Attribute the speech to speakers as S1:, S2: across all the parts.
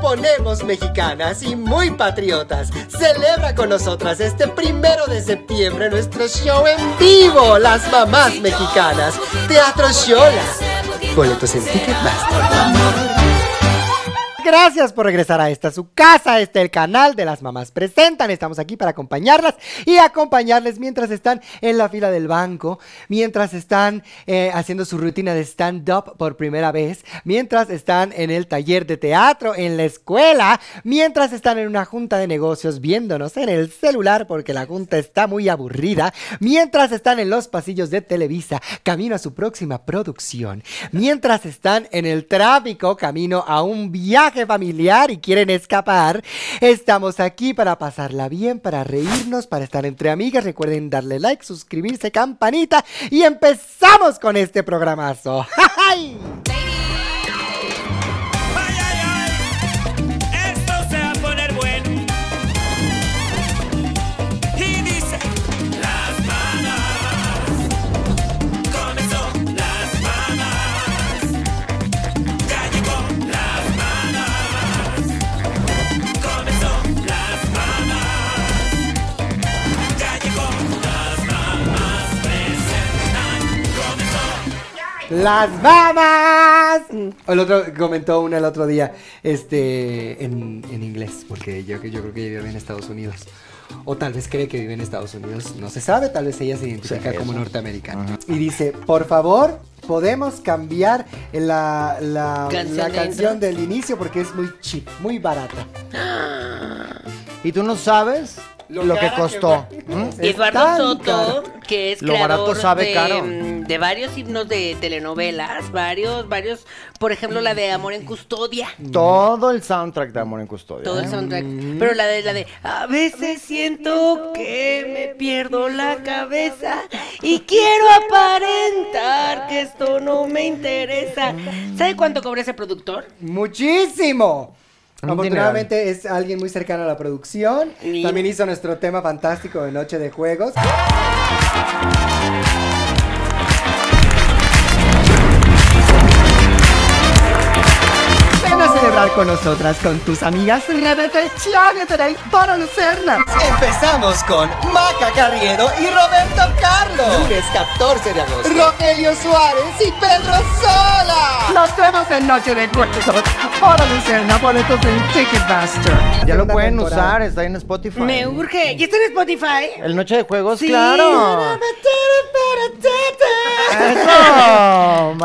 S1: ponemos mexicanas y muy patriotas. Celebra con nosotras este primero de septiembre nuestro show en vivo, Las Mamás Mexicanas, Teatro Shola. Boletos en Ticketmaster. Gracias por regresar a esta su casa, este el canal de las mamás presentan. Estamos aquí para acompañarlas y acompañarles mientras están en la fila del banco, mientras están eh, haciendo su rutina de stand-up por primera vez, mientras están en el taller de teatro, en la escuela, mientras están en una junta de negocios viéndonos en el celular porque la junta está muy aburrida, mientras están en los pasillos de Televisa, camino a su próxima producción, mientras están en el tráfico, camino a un viaje familiar y quieren escapar, estamos aquí para pasarla bien, para reírnos, para estar entre amigas. Recuerden darle like, suscribirse, campanita y empezamos con este programazo. ¡Ay!
S2: ¡Ay, ay, ay! Esto se va a poner bueno. Y dice: Las manas. Comenzó las manas. Ya llegó las manas. Comenzó las manas. Ya llegó las manas. Presentan. Comenzó.
S1: ¡Las mamas! El otro comentó una el otro día, este, en, en inglés, porque yo, yo creo que ella vive en Estados Unidos. O tal vez cree que vive en Estados Unidos, no se sabe, tal vez ella se identifica como norteamericana. Y dice, por favor, podemos cambiar la, la-
S3: Canción
S1: la
S3: de
S1: canción del inicio porque es muy cheap, muy barata.
S4: Y tú no sabes
S1: Lo
S4: lo,
S1: cara
S4: que
S1: que
S4: costó. ¿Mm? ¿m?
S1: tan
S3: Eduardo Soto, que es
S4: Lo
S3: creador
S4: barato sabe
S3: de,
S4: caro.
S3: mm, de varios himnos de telenovelas, varios, varios, por ejemplo, la de Amor en Custodia.
S4: Todo el soundtrack de Amor en Custodia.
S3: Todo el
S4: ¿eh?
S3: soundtrack. Pero la de la de a veces siento que me pierdo la cabeza y quiero aparentar que esto no me interesa. ¿Sabe cuánto cobra ese productor?
S1: Muchísimo.
S4: Un
S1: Afortunadamente es alguien muy cercano a la producción.
S3: Y-
S1: También hizo nuestro tema fantástico de Noche de Juegos. Ven a celebrar con nosotras, con tus amigas, repeticiones de para Lucerna. Empezamos con Maca Carriedo y Roberto Carlos. Lunes 14 de agosto. Rogelio Suárez y Pedro Sola. Nos vemos en Noche de Cuentos. Para Lucerna, boletos en Ticketmaster.
S4: Ya lo pueden usar, está ahí en Spotify.
S3: Me urge. ¿Y está en Spotify?
S4: El Noche de Juegos,
S3: Sí.
S4: claro. Eso,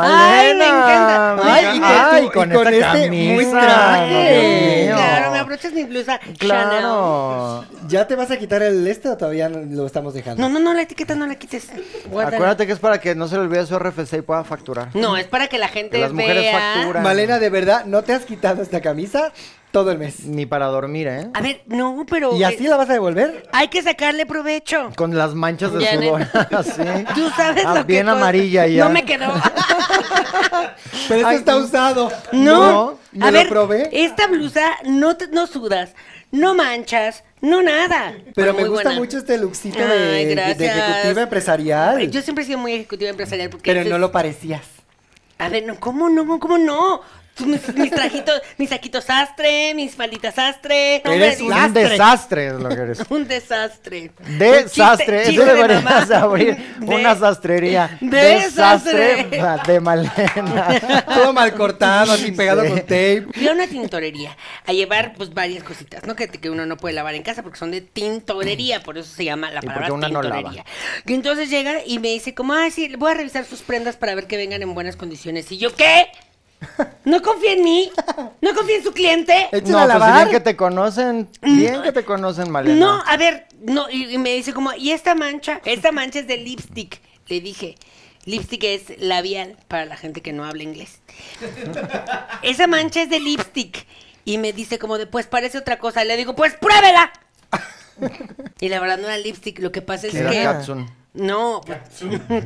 S3: Ay, me encanta.
S4: Malena.
S1: Ay, y con-
S4: Ay,
S1: y
S4: con,
S1: con
S4: esta
S1: este
S4: camisa,
S1: buen traje.
S4: Dios mío.
S3: Claro, me abrochas mi blusa. Chanel.
S4: Claro.
S1: ¿Ya te vas a quitar el este o todavía no- lo estamos dejando?
S3: No, no, no, la etiqueta no la quites. Guárdala.
S4: Acuérdate que es para que no se le olvide su RFC y pueda facturar.
S3: No, es para que la gente
S4: Que las mujeres
S3: vea.
S4: facturan.
S1: Malena, de verdad, ¿no te has quitado esta camisa todo el mes?
S4: Ni para dormir, ¿eh?
S3: A ver, no, pero
S1: ¿Y así
S3: eh,
S1: la vas a devolver?
S3: hay que sacarle provecho.
S4: Con las manchas de
S3: Janet.
S4: sudor. así.
S3: Tú sabes
S4: Ah,
S3: lo que
S4: Bien
S3: cuesta.
S4: amarilla ya.
S3: No me quedó.
S1: Pero esto
S4: Ay,
S1: está
S4: no.
S1: usado.
S3: No.
S1: ¿Me
S3: a
S1: lo
S3: ver, eh,
S1: probé?
S3: esta blusa no, te- no sudas, no manchas, no nada.
S1: Pero me
S3: muy
S1: gusta
S3: buena.
S1: mucho este lookcito de,
S3: Ay,
S1: de- de
S3: gracias.
S1: ejecutiva empresarial.
S3: Yo siempre he sido muy ejecutiva empresarial porque
S1: Pero
S3: ese
S1: no
S3: es-
S1: lo parecías.
S3: A ver, no, ¿cómo no? ¿Cómo no? Tú, Mis, mis trajitos, mis saquitos sastre, mis falditas sastre. No me
S4: Eres
S3: digas.
S4: un desastre, es lo que eres.
S3: Un desastre. Un chiste-
S4: Desastre,
S3: chiste
S4: eso
S3: de
S4: deberías
S3: mamá.
S4: abrir
S3: De-
S4: una sastrería.
S3: Desastre.
S4: Desastre de Malena.
S1: Todo mal cortado, así pegado
S4: Sí.
S1: con tape.
S3: Fui a una tintorería a llevar pues varias cositas, ¿no? Que, que uno no puede lavar en casa porque son de tintorería, por eso se llama la
S4: Y
S3: palabra
S4: porque una no lava.
S3: tintorería. y entonces llega y me dice como, ah, sí, voy a revisar sus prendas para ver que vengan en buenas condiciones. Y yo, ¿qué? ¿No confía en mí? ¿No confía en su cliente?
S1: Echen
S4: No,
S1: a
S4: pues
S1: lavar.
S4: bien que te conocen, bien que te conocen, Malena.
S3: No, a ver, no, y, y me dice como, ¿y esta mancha? Esta mancha es de lipstick, le dije. Lipstick es labial para la gente que no habla inglés. Esa mancha es de lipstick. Y me dice como de, pues parece otra cosa. Le digo, pues pruébela. y la verdad no era lipstick, lo que pasa es
S4: Era
S3: que...
S4: Katsun,
S3: No, pues,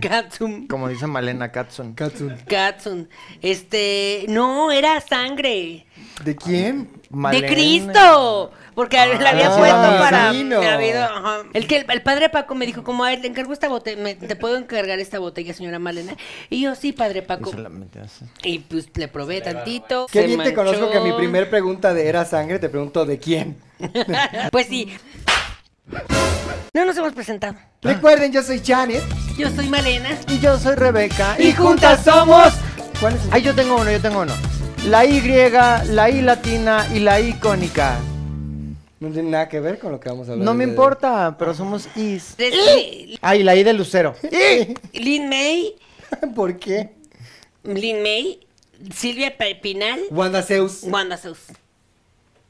S3: Katsum.
S4: como dice Malena Katsun.
S1: Katsun.
S3: Katsum. Este, no, era sangre.
S1: ¿De quién?
S4: Malena.
S3: ¡De Cristo! Porque la había
S4: Ah,
S3: puesto para.
S1: vino.
S3: ha habido, ajá. El que el, el padre Paco me dijo, como, ay, te encargo esta botella, me- te puedo encargar esta botella, señora Malena. Y yo, sí, padre Paco.
S4: Y solamente así.
S3: Y pues le probé tantito.
S1: Qué
S3: se
S1: bien te conozco
S3: manchó.
S1: que mi primer pregunta de era sangre te pregunto de quién.
S3: Pues sí. No nos hemos presentado.
S1: Recuerden, yo soy Janet
S3: Yo soy Malena.
S4: Y yo soy Rebeca.
S1: y juntas somos. ¿Cuál es?
S4: Ay, yo tengo uno, yo tengo uno. La Y, la I latina y la I cónica.
S1: No tiene nada que ver con lo que vamos a hablar.
S4: No me
S1: el día de
S4: importa, pero somos Is.
S1: ¡Eh!
S3: Es Li-
S4: Ay, la I de Lucero.
S3: Lin May.
S1: hoy. ¿Por qué?
S3: Lin May. Silvia Pe- Pinal.
S1: Wanda Zeus.
S3: Wanda Zeus.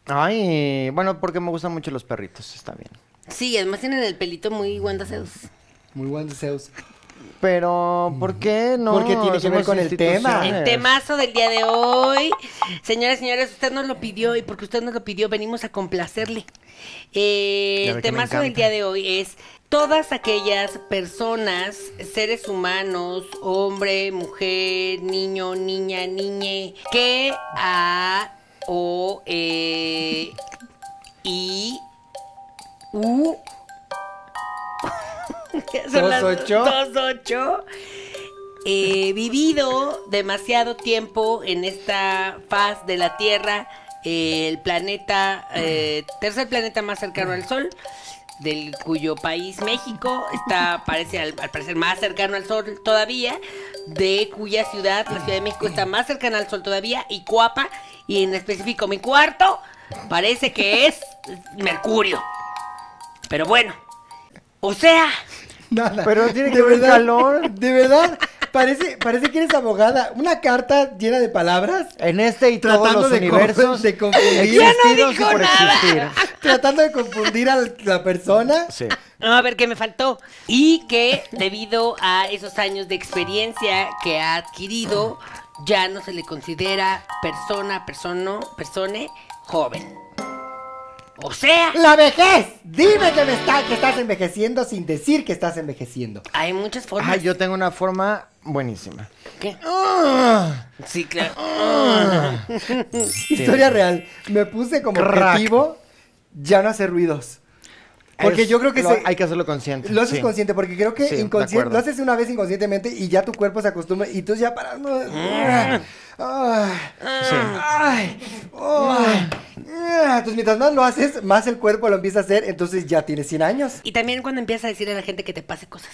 S4: Ay, bueno, porque me gustan mucho los perritos, está bien.
S3: Sí, además tienen el pelito muy Wanda Zeus.
S1: Muy Wanda Zeus.
S4: Pero, ¿por qué no?
S1: Porque tiene que ver
S4: Somos
S1: con el tema.
S4: instituciones.
S3: El temazo del día de hoy. Señoras y señores, usted nos lo pidió y porque usted nos lo pidió, venimos a complacerle. Eh,
S4: Ya ve
S3: el
S4: que me
S3: temazo del
S4: encanta.
S3: día de hoy es todas aquellas personas, seres humanos, hombre, mujer, niño, niña, niñe, que a o e i u Ya son
S1: Dos
S3: las
S1: ocho.
S3: dos ocho he vivido demasiado tiempo en esta faz de la Tierra, eh, el planeta, eh, tercer planeta más cercano al Sol, del cuyo país México está, parece, al, al parecer más cercano al Sol todavía, de cuya ciudad, la Ciudad de México, está más cercana al Sol todavía, y Cuapa, y en específico mi cuarto, parece que es Mercurio. Pero bueno, o sea,
S1: Nada.
S4: Pero tiene
S1: De
S4: que ver calor.
S1: De verdad. Parece, parece que eres abogada. Una carta llena de palabras.
S4: En este y todos
S1: Tratando
S4: los
S1: de
S4: universos
S1: confu- de confundir.
S3: Ya no
S4: existidos
S3: dijo
S4: y por
S3: nada.
S4: existir.
S1: Tratando de confundir a la persona.
S4: Sí.
S3: No, a ver qué me faltó. Y que debido a esos años de experiencia que ha adquirido, ya no se le considera persona, persona, persone joven. O sea,
S1: ¡La vejez! Dime que, me está, que estás envejeciendo sin decir que estás envejeciendo.
S3: hay muchas formas.
S4: Ah, yo tengo una forma buenísima.
S3: ¿Qué? Sí, claro.
S1: Historia real. Me puse como
S4: Crack.
S1: objetivo ya no hacer ruidos. Porque
S4: Es-
S1: yo creo que
S4: lo-
S1: se-
S4: hay que hacerlo consciente.
S1: Lo haces
S4: sí.
S1: consciente, porque creo que
S4: Sí, de
S1: inconsciente, lo
S4: acuerdo.
S1: haces una vez inconscientemente y ya tu cuerpo se acostumbra y tú ya paras. no, ah, ah, ay, oh, ah. Entonces, mientras más lo haces, más el cuerpo lo empieza a hacer, entonces ya tienes 100 años.
S3: Y también cuando empiezas a decirle a la gente que te pase cosas.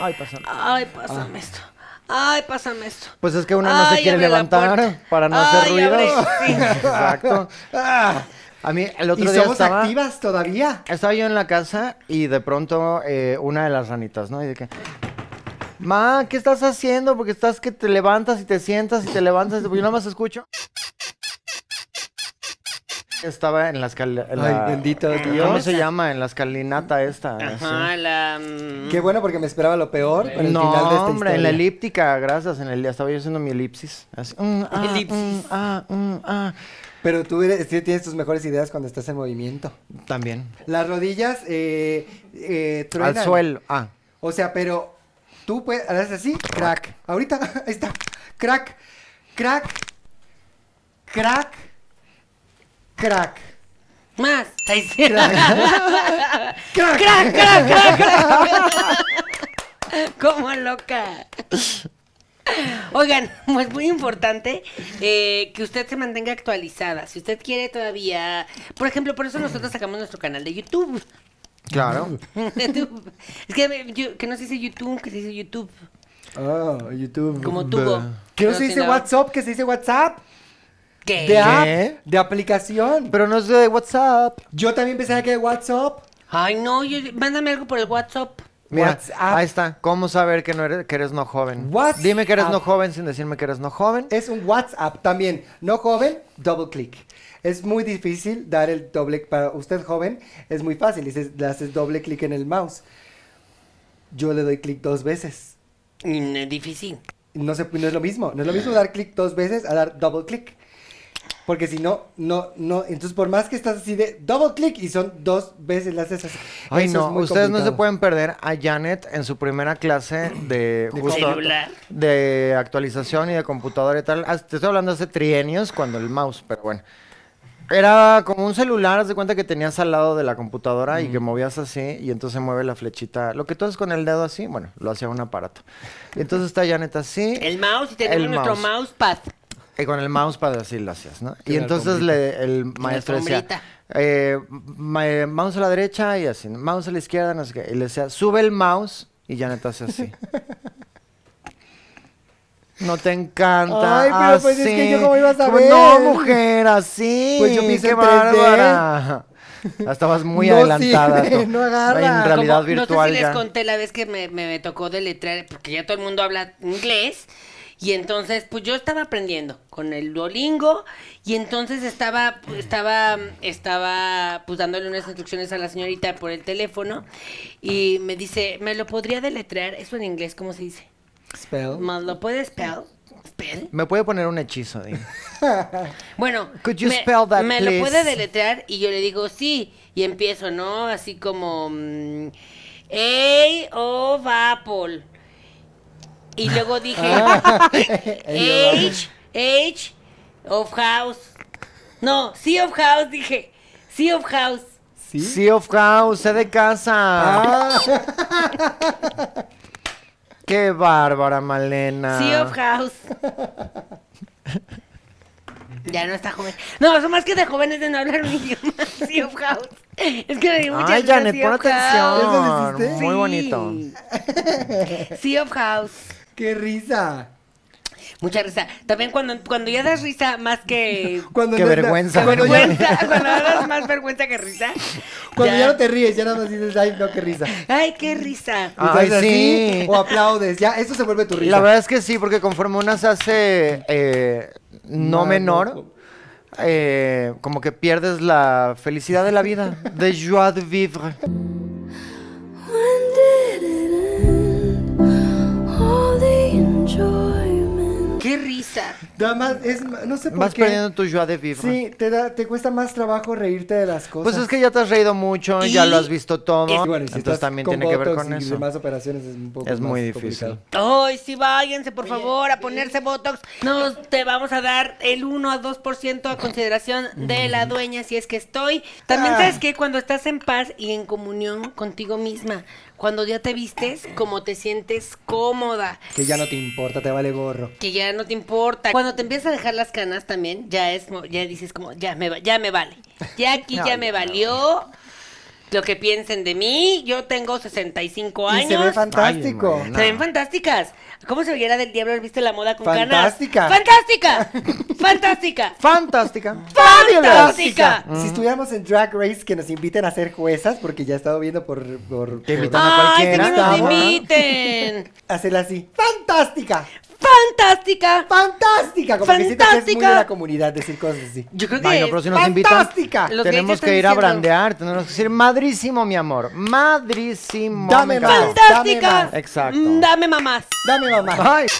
S4: Ay, pasa.
S3: Ay, pásame esto. Ay, pásame esto.
S4: Pues es que uno no se
S3: Ay,
S4: quiere
S3: abre la
S4: levantar
S3: puerta.
S4: para no hacer
S3: Ay, abre-
S4: ruidos.
S3: sí.
S4: Exacto.
S1: Ah,
S4: A mí el
S1: y
S4: otro día
S1: somos
S4: estaba,
S1: activas todavía.
S4: estaba yo en la casa y de pronto eh, una de las ranitas, ¿no? Y de que, ma, ¿qué estás haciendo? Porque estás que te levantas y te sientas y te levantas. Yo nada más escucho. Estaba en la escalera.
S1: Ay, bendito Dios.
S4: ¿Cómo se llama? En la escalinata esta.
S3: Ajá,
S4: sí.
S3: la. mm,
S1: Qué bueno, porque me esperaba lo peor en el
S4: No,
S1: final de esta
S4: hombre, en la
S1: historia.
S4: elíptica, gracias, en el, estaba yo haciendo mi elipsis. así, mm, ah,
S3: Elipsis.
S4: mm, ah, mm, ah.
S1: Pero tú eres- sí tienes tus mejores ideas cuando estás en movimiento.
S4: También.
S1: Las rodillas eh, eh,
S4: Al
S1: truenan.
S4: suelo. Ah.
S1: O sea, pero tú puedes, haces así, crack. Ahorita, ahí está. Crack, crack, crack, crack.
S3: Más. Ay, sí.
S1: Crack.
S3: ¡Crack, crack, crack, crack! ¡Como loca! Oigan, pues muy importante eh, que usted se mantenga actualizada. Si usted quiere todavía, por ejemplo, por eso nosotros sacamos nuestro canal de YouTube.
S4: Claro.
S3: YouTube. Es que, me- yo- que no se dice YouTube, que se dice YouTube.
S1: Oh, YouTube.
S3: Como tubo.
S1: Que no se dice
S3: Pero si
S1: WhatsApp, que se dice WhatsApp.
S3: ¿Qué?
S1: De app,
S4: ¿Qué?
S1: de aplicación.
S4: Pero no es de WhatsApp.
S1: Yo también pensaba que WhatsApp.
S3: Ay, no, yo- mándame algo por el WhatsApp.
S4: Mira,
S1: WhatsApp.
S4: ahí está. ¿Cómo saber que no eres, que eres no joven?
S1: WhatsApp.
S4: Dime que eres no joven sin decirme que eres no joven.
S1: Es un WhatsApp también. No joven, double click. Es muy difícil dar el doble para usted joven. Es muy fácil. Dices, le haces doble clic en el mouse. Yo le doy clic dos veces.
S3: Mm, Es difícil.
S1: No, se, no es lo mismo. No es lo mismo dar clic dos veces a dar double click. Porque si no, no, no. Entonces, por más que estás así de double click y son dos veces las esas.
S4: Ay,
S1: eso
S4: no,
S1: es muy
S4: ustedes no se
S1: complicado.
S4: pueden perder a Janet en su primera clase de justo
S3: celular.
S4: de actualización y de computadora y tal. Ah, Te estoy hablando hace trienios cuando el mouse, pero bueno. Era como un celular, haz de cuenta que tenías al lado de la computadora
S1: Mm.
S4: y que movías así y entonces se mueve la flechita. Lo que tú haces con el dedo así, bueno, lo hacía un aparato. Y entonces está Janet así.
S3: El mouse y tenemos
S4: El
S3: nuestro
S4: mouse.
S3: mousepad.
S4: Y con el mousepad así lo hacías, ¿no?
S1: Qué
S4: y entonces
S1: alfombrita.
S4: le- el maestro decía,
S3: alfombrita.
S4: eh, ma- mouse a la derecha y así, mouse a la izquierda, no sé qué. Y le decía, sube el mouse y Janet hace así. No te encanta.
S1: Ay, pero pues es
S4: así.
S1: que yo cómo iba a
S4: Como,
S1: saber.
S4: No, mujer, así.
S1: Pues yo pienso
S4: qué
S1: en 3D.
S4: bárbara. Estabas muy
S1: No
S4: adelantada.
S1: sirve,
S4: tú.
S1: no agarra.
S4: En realidad
S3: Como- No
S4: virtual
S3: sé si
S4: ya.
S3: les conté la vez que me, me- me tocó deletrear, porque ya todo el mundo habla inglés. Y entonces, pues yo estaba aprendiendo con el Duolingo y entonces estaba, estaba, estaba, pues dándole unas instrucciones a la señorita por el teléfono y me dice, ¿me lo podría deletrear? Eso en inglés, ¿cómo se dice?
S1: Spell.
S3: ¿Más lo puedes spell? ¿Spell?
S4: Me puede poner un hechizo, di.
S3: Bueno,
S4: Could you
S3: me,
S4: spell that,
S3: me
S4: please?
S3: lo puede deletrear y yo le digo sí y empiezo, ¿no? Así como mm, A of Apple. Y luego dije H H of House. No, C of House dije. C of House.
S1: ¿Sí? Ah.
S4: Sea of House, sé de casa. Qué bárbara, Malena.
S3: Sea of House. Ya no está joven. No, son más que de jóvenes de no hablar un idioma. Sea of House. Es que le digo muchas
S4: Ay,
S3: veces
S4: Janet,
S3: Sea
S4: pon
S3: of House.
S4: atención.
S1: ¿Eso lo hiciste?
S4: Muy
S3: Sí.
S4: bonito.
S3: Sea of House.
S1: ¡Qué risa!
S3: Mucha risa. También cuando, cuando ya das risa más que.
S1: Cuando
S4: Qué
S1: no-
S4: vergüenza.
S1: Cuando, ya-
S3: vergüenza, cuando das más vergüenza que risa.
S1: cuando ya. no te ríes, ya nada más dices, ay, no, qué risa.
S3: Ay, qué risa.
S4: Ah, Ay,
S1: Entonces, así,
S4: sí.
S1: O aplaudes, ya, eso se vuelve tu risa.
S4: La verdad es que sí, porque conforme una se hace eh, no
S1: Más
S4: menor,
S1: loco.
S4: eh, como que pierdes la felicidad de la vida. De joie de vivre.
S5: When did it end? All the enjoyment.
S3: Qué risa.
S1: Nada más, es, no sé por
S4: Vas
S1: qué.
S4: perdiendo tu joie de vivre.
S1: Sí, te, da, te cuesta más trabajo reírte de las cosas.
S4: Pues es que ya te has reído mucho, ya
S3: Y-
S4: lo has visto todo.
S1: Y bueno, y si
S4: entonces
S1: estás
S4: también
S1: con
S4: tiene que ver
S1: botox
S4: con
S1: y
S4: eso.
S1: demás operaciones es un poco
S4: Es
S1: más
S4: muy difícil.
S1: complicado.
S3: Ay, sí, váyanse, por favor, a ponerse Botox. Nos te vamos a dar el 1 a 2% a consideración de la dueña, si es que estoy. También
S1: Ah.
S3: sabes que cuando estás en paz y en comunión contigo misma, cuando ya te vistes, como te sientes cómoda.
S1: Que ya no te importa, te vale gorro.
S3: que ya no te importa. Cuando te empiezas a dejar las canas también, ya es mo- ya dices como ya me va- ya me vale. Ya aquí
S4: No,
S3: ya
S4: ya
S3: me
S4: me
S3: valió. Lo que piensen de mí, yo tengo 65
S1: Y se ve
S3: años.
S1: fantástico.
S4: Ay,
S3: Se ven fantásticas. ¿Cómo se veía la del diablo? ¿Viste la moda con
S1: Fantástica.
S3: canas? Fantástica. Fantástica.
S4: Fantástica.
S3: Fantástica.
S1: Si estuviéramos en Drag Race, que nos inviten a ser juezas, porque ya he estado viendo por... por,
S4: Te
S1: por-
S4: invitan a
S3: Ay, que
S4: cualquiera.
S3: no nos
S1: Estaba.
S3: inviten.
S1: hacerla así. ¡Fantástica!
S3: Fantástica.
S1: ¡Fantástica! Como que siento que es muy
S3: ¡Fantástica!
S1: de la comunidad decir cosas así.
S3: Yo creo que
S4: Ay, no, pero si nos
S1: ¡Fantástica!
S4: invitan,
S3: Los
S4: tenemos
S3: gayos
S4: que
S3: están
S4: ir a
S3: diciendo-
S4: brandear, tenemos que decir madrísimo, mi amor, madrísimo.
S1: Dame
S4: me
S1: más.
S4: encantó.
S3: fantástica.
S1: más.
S4: Exacto.
S3: Mm, Dame mamás.
S1: Dame mamá.
S4: Ay,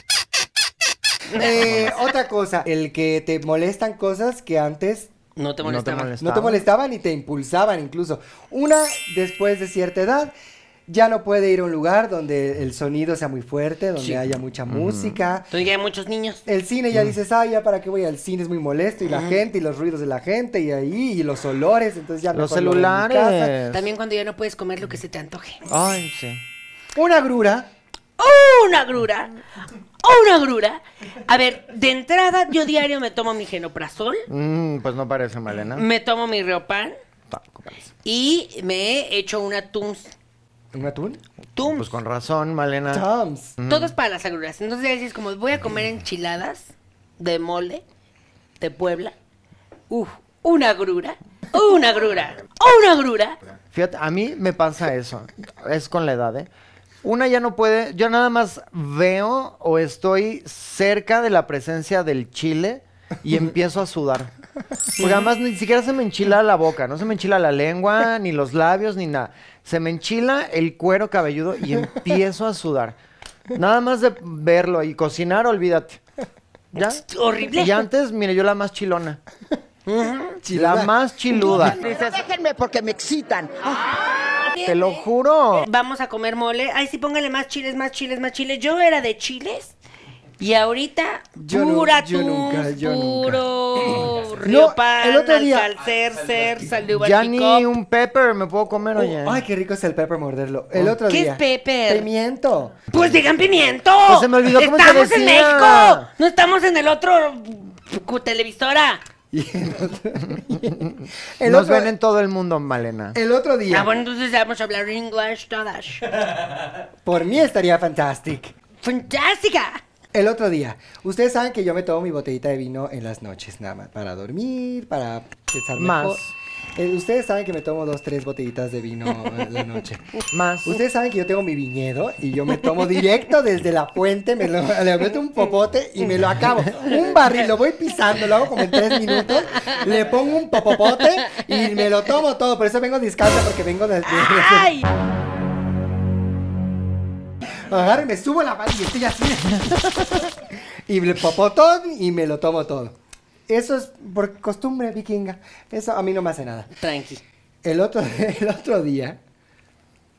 S1: Eh, otra cosa, el que te molestan cosas que antes
S3: No te
S4: No te
S3: molestaba.
S4: molesta.
S1: no te
S4: Molestaban.
S1: molestaban y te impulsaban incluso. Una, después de cierta edad, ya no puede ir a un lugar donde el sonido sea muy fuerte, donde
S3: Sí.
S1: haya mucha música.
S3: Entonces ya hay muchos niños.
S1: El cine
S4: Mm.
S1: ya dices, ah, ya para qué voy al cine, es muy molesto, y la gente, y los ruidos de la gente, y ahí, y los olores, entonces ya
S4: los
S1: mejor lo veo en mi casa.
S4: celulares.
S3: También cuando ya no puedes comer lo que se te antoje.
S4: Ay, sí.
S1: Una grura,
S3: Una grura. Una grura. A ver, de entrada yo diario me tomo mi genoprazol,
S4: Mm, pues no parece, Malena.
S1: Mm.
S3: me tomo mi reopan
S4: Tampoco parece.
S3: y me echo una tums.
S1: un atún,
S3: Tums.
S4: Pues con razón, Malena.
S1: Toms.
S3: Todo es para las agruras. Entonces ya dices como voy a comer enchiladas de mole de Puebla. Uf, una agrura. Una agrura. Una agrura.
S4: Fíjate, a mí me pasa eso. Es con la edad, ¿eh? Una ya no puede, yo nada más veo o estoy cerca de la presencia del chile y empiezo a sudar. Porque además ni siquiera se me enchila la boca, no se me enchila la lengua, ni los labios, ni nada. Se me enchila el cuero cabelludo y empiezo a sudar. Nada más de verlo y cocinar, olvídate. ¿Ya?
S3: Horrible.
S4: Y antes, mire, yo la más chilona. La
S1: Chilona.
S4: más chiluda. Ah.
S6: Déjenme porque me excitan.
S4: Te lo juro.
S3: Vamos a comer mole. Ay, sí, póngale más chiles, más chiles, más chiles. Yo era de chiles. Y ahorita,
S1: Yo no-
S3: pura
S1: yo
S3: tus,
S1: nunca, yo nunca.
S3: puro aburrió
S1: No,
S3: pan,
S1: el otro día-
S3: alcalcercer,
S4: Ya ni un pepper me puedo comer, oye. Oh.
S1: Oh, ay, qué rico es el pepper morderlo. El otro
S3: ¿Qué es
S1: día.
S3: pepper?
S1: Pimiento.
S3: Pues digan pimiento.
S4: Pues se me olvidó cómo se
S3: estamos en
S4: decía.
S3: México. No estamos en el otro cu- televisora.
S1: Y el otro, el
S4: Nos
S1: otro-
S4: ven en todo el mundo, Malena.
S1: el otro
S3: Ah,
S1: día.
S3: bueno, entonces vamos a hablar inglés todas.
S1: Por mí estaría fantástico.
S3: Fantástica.
S1: El otro día. Ustedes saben que yo me tomo mi botellita de vino en las noches, nada más. Para dormir, para pensar
S4: Más.
S1: mejor. Eh, ustedes saben que me tomo dos, tres botellitas de vino en la noche.
S4: Más.
S1: Ustedes saben que yo tengo mi viñedo y yo me tomo directo desde la fuente, me lo, le meto un popote y me lo acabo. Un barril, lo voy pisando, lo hago como en tres minutos, le pongo un popopote y me lo tomo todo. Por eso vengo descalza, porque vengo de... de- de-
S3: Ay,
S1: Agarro y me subo la mano y estoy así. y le popotón y me lo tomo todo. Eso es por costumbre vikinga. Eso a mí no me hace nada.
S3: tranqui.
S1: El otro, el otro día,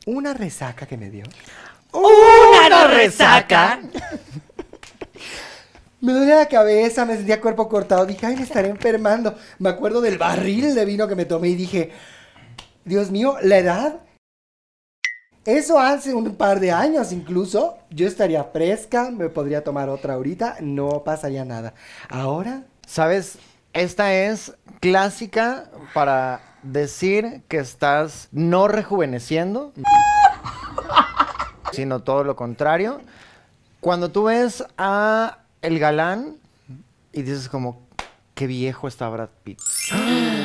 S1: una resaca que me dio.
S3: Una resaca.
S1: Me dolía la cabeza, me sentía cuerpo cortado. Dije, ay, me estaré enfermando. Me acuerdo del barril de vino que me tomé y dije, Dios mío, la edad. Eso hace un par de años incluso. Yo estaría fresca, me podría tomar otra ahorita, no pasaría nada. Ahora,
S4: ¿Sabes? Esta es clásica para decir que estás no rejuveneciendo, sino todo lo contrario. Cuando tú ves a el galán y dices como, qué viejo está Brad Pitt.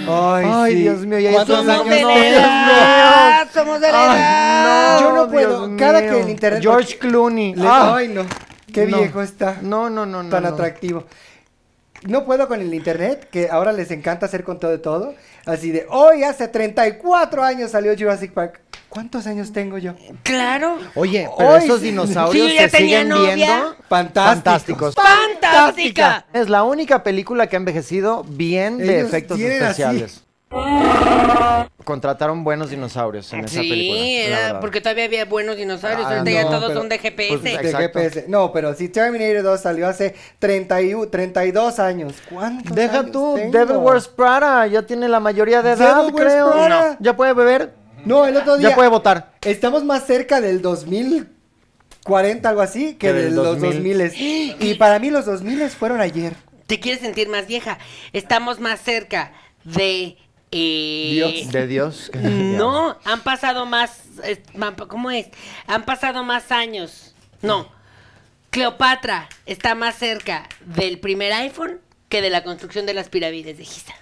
S1: ay, sí.
S4: Dios mío, ya
S1: ¿Cuántos
S4: estos
S3: Somos
S1: años
S3: de
S1: no?
S3: la
S1: Dios mío.
S3: edad. Somos de la edad.
S1: Yo no
S4: Dios
S1: puedo, cada que en internet-
S4: George Clooney.
S1: Le-
S4: Ah,
S1: Ay, no. Qué
S4: no.
S1: viejo está.
S4: No, no, no, no.
S1: tan
S4: no.
S1: atractivo. No puedo con el internet, que ahora les encanta hacer con todo de todo. Así de, hoy hace 34 años salió Jurassic Park. ¿Cuántos años tengo yo?
S4: Eh,
S3: Claro.
S4: Oye, pero
S1: Hoy
S4: esos
S1: sí.
S4: dinosaurios
S3: Sí, yo ya
S4: se
S3: tenía
S4: siguen
S3: novia.
S4: viendo
S1: Fantásticos.
S4: fantásticos.
S3: Fantástica.
S4: Es la única película que ha envejecido bien de
S1: Ellos
S4: efectos
S1: tienen
S4: especiales. Contrataron buenos dinosaurios en esa película.
S3: Sí,
S4: la
S3: era
S4: verdad.
S3: porque todavía había buenos dinosaurios.
S4: Ah,
S3: Ahorita ya
S1: no,
S3: todos
S1: pero-
S3: son de GPS.
S4: pues,
S1: De
S4: Exacto.
S1: GPS. No, pero si Terminator 2 salió hace 31 32 años. ¿Cuántos
S4: Deja
S1: años
S4: tú,
S1: tengo?
S4: Devil Wears Prada ya tiene la mayoría de edad,
S1: Devil Wears
S4: creo.
S1: Prada.
S4: No, Ya puede beber,
S1: No, el otro día.
S4: ya puede votar.
S1: Estamos más cerca del 2040, algo así, que
S4: Que
S1: de
S4: del
S1: los 2000.
S4: 2000.
S1: Y para mí los 2000 fueron ayer.
S3: ¿Te quieres sentir más vieja? Estamos más cerca de... eh,
S1: Dios.
S4: De Dios. que-
S3: No, han pasado más... es- man- ¿Cómo es? Han pasado más años. No. Cleopatra está más cerca del primer iPhone que de la construcción de las pirámides de Giza.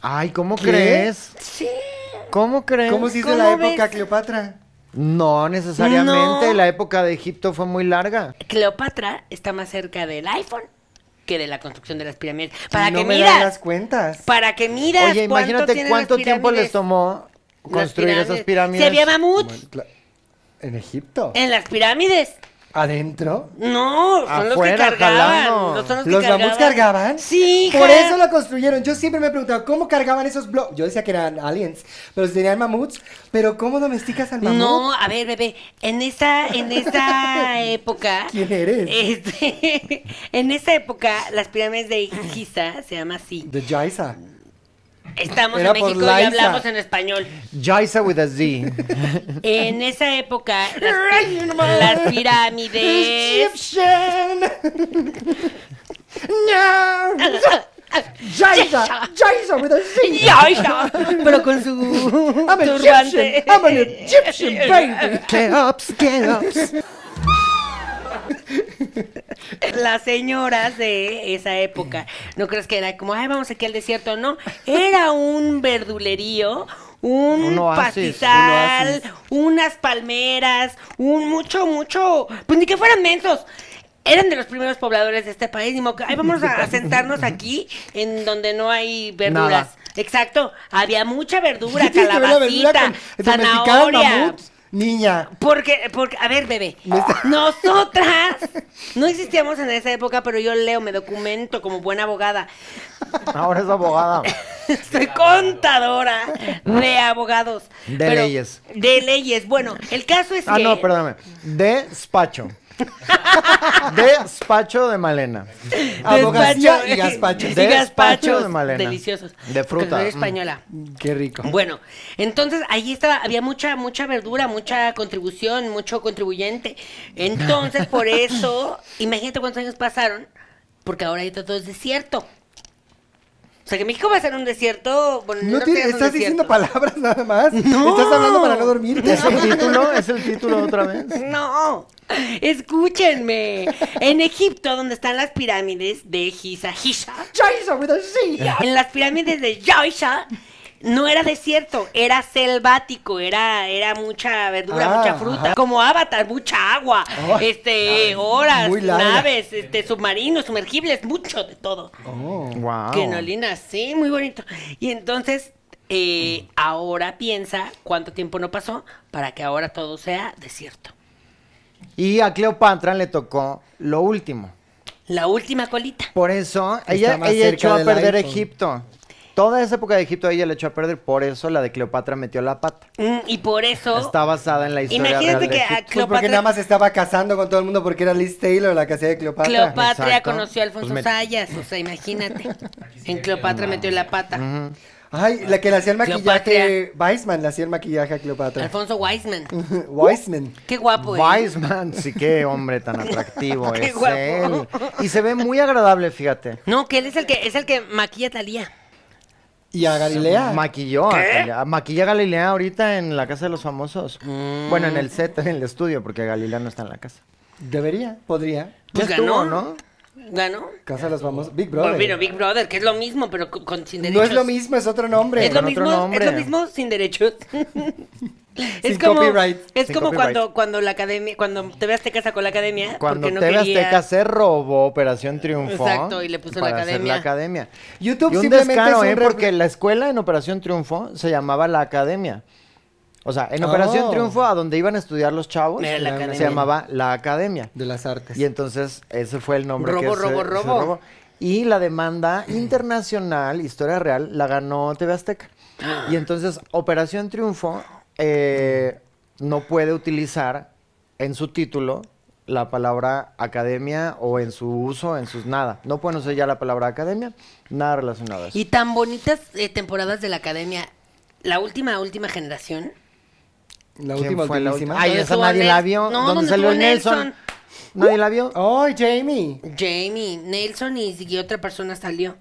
S4: Ay, ¿cómo
S1: ¿Qué?
S4: crees?
S3: Sí.
S4: ¿Cómo crees?
S1: ¿Cómo se hizo la
S3: ¿Cómo
S1: época
S3: ves?
S1: Cleopatra?
S4: No necesariamente,
S3: No.
S4: la época de Egipto fue muy larga.
S3: Cleopatra está más cerca del iPhone que de la construcción de las pirámides. Para
S1: no
S3: que
S1: me dan las
S3: miras,
S1: cuentas.
S3: para que miras.
S4: Oye,
S3: cuánto
S4: imagínate
S3: tienen
S4: cuánto
S3: las
S4: tiempo les
S3: pirámides.
S4: tomó
S3: Las
S4: construir esas pirámides.
S3: Si había mamuts
S1: Bueno, cla- ¿En Egipto?
S3: en las pirámides.
S1: ¿Adentro?
S3: No, son
S4: Afuera,
S3: los que cargaban.
S4: jalando.
S3: los- son los que
S1: ¿Los
S3: cargaban.
S1: mamuts cargaban?
S3: Sí,
S1: Por
S3: hija.
S1: eso lo construyeron. Yo siempre me he preguntado, ¿cómo cargaban esos bloques? Yo decía que eran aliens, pero si tenían mamuts. Pero ¿cómo domesticas al mamut?
S3: No, a ver, bebé, en esa, en esa época.
S1: ¿Quién eres?
S3: Este, en esa época, las pirámides de Giza se llama así.
S1: De Jaisa.
S3: Estamos
S1: Era
S3: en
S1: por
S3: México y
S1: Liza.
S3: hablamos en español.
S4: Jaisa with a Z.
S3: En esa época, las, pi- las pirámides.
S1: Egyptian. no. Jaisa. Jaisa with a Z.
S3: Ya, hija, Pero con su
S1: I'm an Egyptian.
S3: turbante.
S1: I'm an Egyptian baby.
S4: Get ups, get ups.
S3: Las señoras de esa época. No crees que era como, ay, vamos aquí al desierto. No, era un verdulerío, un,
S4: Un oasis,
S3: pastizal, unas palmeras, un mucho, mucho. Pues ni que fueran mensos. Eran de los primeros pobladores de este país. Y ay, vamos a, a sentarnos aquí en donde no hay verduras.
S4: Nada.
S3: Exacto, había mucha verdura,
S1: ¿Qué tiene que ver la verdura
S3: calabacita,
S1: con domesticar al
S3: zanahoria.
S1: mamut? Niña.
S3: Porque, porque, a ver, bebé, nosotras no existíamos en esa época, pero yo leo, me documento como buena abogada.
S4: Ahora es abogada.
S3: Soy contadora de abogados.
S4: De
S3: Pero-
S4: leyes.
S3: De leyes. Bueno, el caso es
S4: Ah,
S3: que.
S4: no, perdóname. Despacho. Despacho de Malena.
S1: Abogacía
S3: Despacho.
S1: y gazpacho.
S3: Y
S4: Despacho
S3: gazpachos
S4: de Malena.
S3: Deliciosos.
S4: De fruta.
S3: Soy
S4: Mm.
S3: española.
S1: Qué rico.
S3: Bueno, entonces ahí estaba, había mucha, mucha verdura, mucha contribución, mucho contribuyente. Entonces, por eso, imagínate cuántos años pasaron, porque ahora ahorita todo es desierto. O sea, que México va a ser un desierto. Bueno,
S1: No
S3: no
S1: tiene-
S3: te hagas un
S1: estás diciendo
S3: desierto.
S1: palabras nada más.
S3: No.
S1: Estás hablando para no dormirte.
S4: ¿Es el título? ¿Es el título otra vez?
S3: No, escúchenme. En Egipto, donde están las pirámides de Giza, Giza,
S1: Chaisa with a Z.
S3: en las pirámides de Giza, no era desierto, era selvático, era, era mucha verdura,
S1: Ah,
S3: mucha fruta, como Avatar, mucha agua,
S1: Oh,
S3: este, horas,
S1: muy larga.
S3: naves, este, submarinos, sumergibles, mucho de todo.
S1: Pues
S4: Wow.
S3: Quenolina, sí, muy bonito. Y entonces, eh, ahora piensa cuánto tiempo no pasó para que ahora todo sea desierto.
S4: Y a Cleopatra le tocó lo último.
S3: La última colita.
S4: Por eso,
S1: Está
S4: ella,
S1: más
S4: ella
S1: cerca
S4: echó a
S1: del
S4: perder
S1: iPhone.
S4: Egipto. Toda esa época de Egipto ella le echó a perder. Por eso la de Cleopatra metió la pata.
S3: Mm, y por eso.
S4: Está basada en la historia
S3: Imagínate
S4: real de
S3: que a
S4: Egipto.
S1: Pues porque
S3: Cleopatra-
S1: nada más estaba casando con todo el mundo porque era Liz Taylor la que hacía de Cleopatra.
S3: Cleopatra
S4: Exacto.
S3: conoció a Alfonso
S4: Pues me-
S3: Sayas, o sea, imagínate. En Cleopatra metió la pata.
S1: Ay, la que le hacía el maquillaje.
S3: Cleopatra.
S1: Weisman le hacía el maquillaje a Cleopatra.
S3: Alfonso Weisman.
S1: Weisman.
S3: Qué guapo, ¿eh?
S4: Weisman, sí, qué hombre tan atractivo
S3: Qué
S4: es
S3: guapo.
S4: él. Y se ve muy agradable, fíjate.
S3: No, que él es el que es el que maquilla a Talía.
S1: Y a Galilea.
S4: Maquilló, a Galilea. maquilla a Galilea ahorita en la casa de los famosos.
S3: Mm.
S4: Bueno, en el set, en el estudio, porque Galilea no está en la casa.
S1: Debería, podría.
S3: Pues
S4: Ya
S3: ganó.
S4: estuvo, ¿no?
S3: Ganó.
S1: Casa de los famosos. Big
S3: Bueno,
S1: Brother.
S3: vino Big Brother, que es lo mismo, pero con, con- sin
S1: no
S3: derechos.
S1: es lo mismo, es otro nombre.
S3: Es lo
S4: con otro
S3: mismo, es
S4: nombre.
S3: lo mismo sin derechos. es
S1: Sin
S3: como,
S1: copyright.
S3: es
S4: Sin
S3: como
S4: copyright.
S3: cuando, cuando la academia, cuando te veas te casa con la academia,
S4: Cuando
S3: porque no
S4: TV
S3: quería-
S4: Azteca se robó Operación Triunfo.
S3: Exacto, y le puso la
S4: para hacer
S3: academia.
S4: la academia.
S1: YouTube
S4: y un
S1: simplemente
S4: descaro,
S1: es un
S4: ¿eh?
S1: re-
S4: Porque la escuela en Operación Triunfo se llamaba la academia. O sea, en Operación
S1: Oh.
S4: Triunfo, a donde iban a estudiar los chavos,
S3: Era la
S4: se
S3: academia.
S4: llamaba la academia.
S1: De las artes.
S4: Y entonces ese fue el nombre
S3: Robo,
S4: que se-
S3: robo,
S4: se
S3: robo.
S4: robó. Y la demanda internacional, historia real, la ganó TV Azteca. Y entonces Operación Triunfo eh, no puede utilizar en su título la palabra academia o en su uso, en sus nada. No pueden usar ya la palabra academia, nada relacionado a eso.
S3: Y tan bonitas eh, temporadas de la academia. La última, última generación.
S1: La
S4: ¿Quién
S1: última,
S4: fue la
S1: última.
S4: última? Ay,
S3: ¿Dónde
S4: esa
S3: estuvo
S4: nadie la
S3: Nel- No,
S4: vio. ¿Dónde,
S3: ¿dónde
S4: salió
S3: estuvo
S4: Nelson?
S3: Nelson? Uh,
S4: ¿Nadie la vio?
S1: ¡Oh, Jamie!
S3: Jamie, Nelson y, y otra persona salió.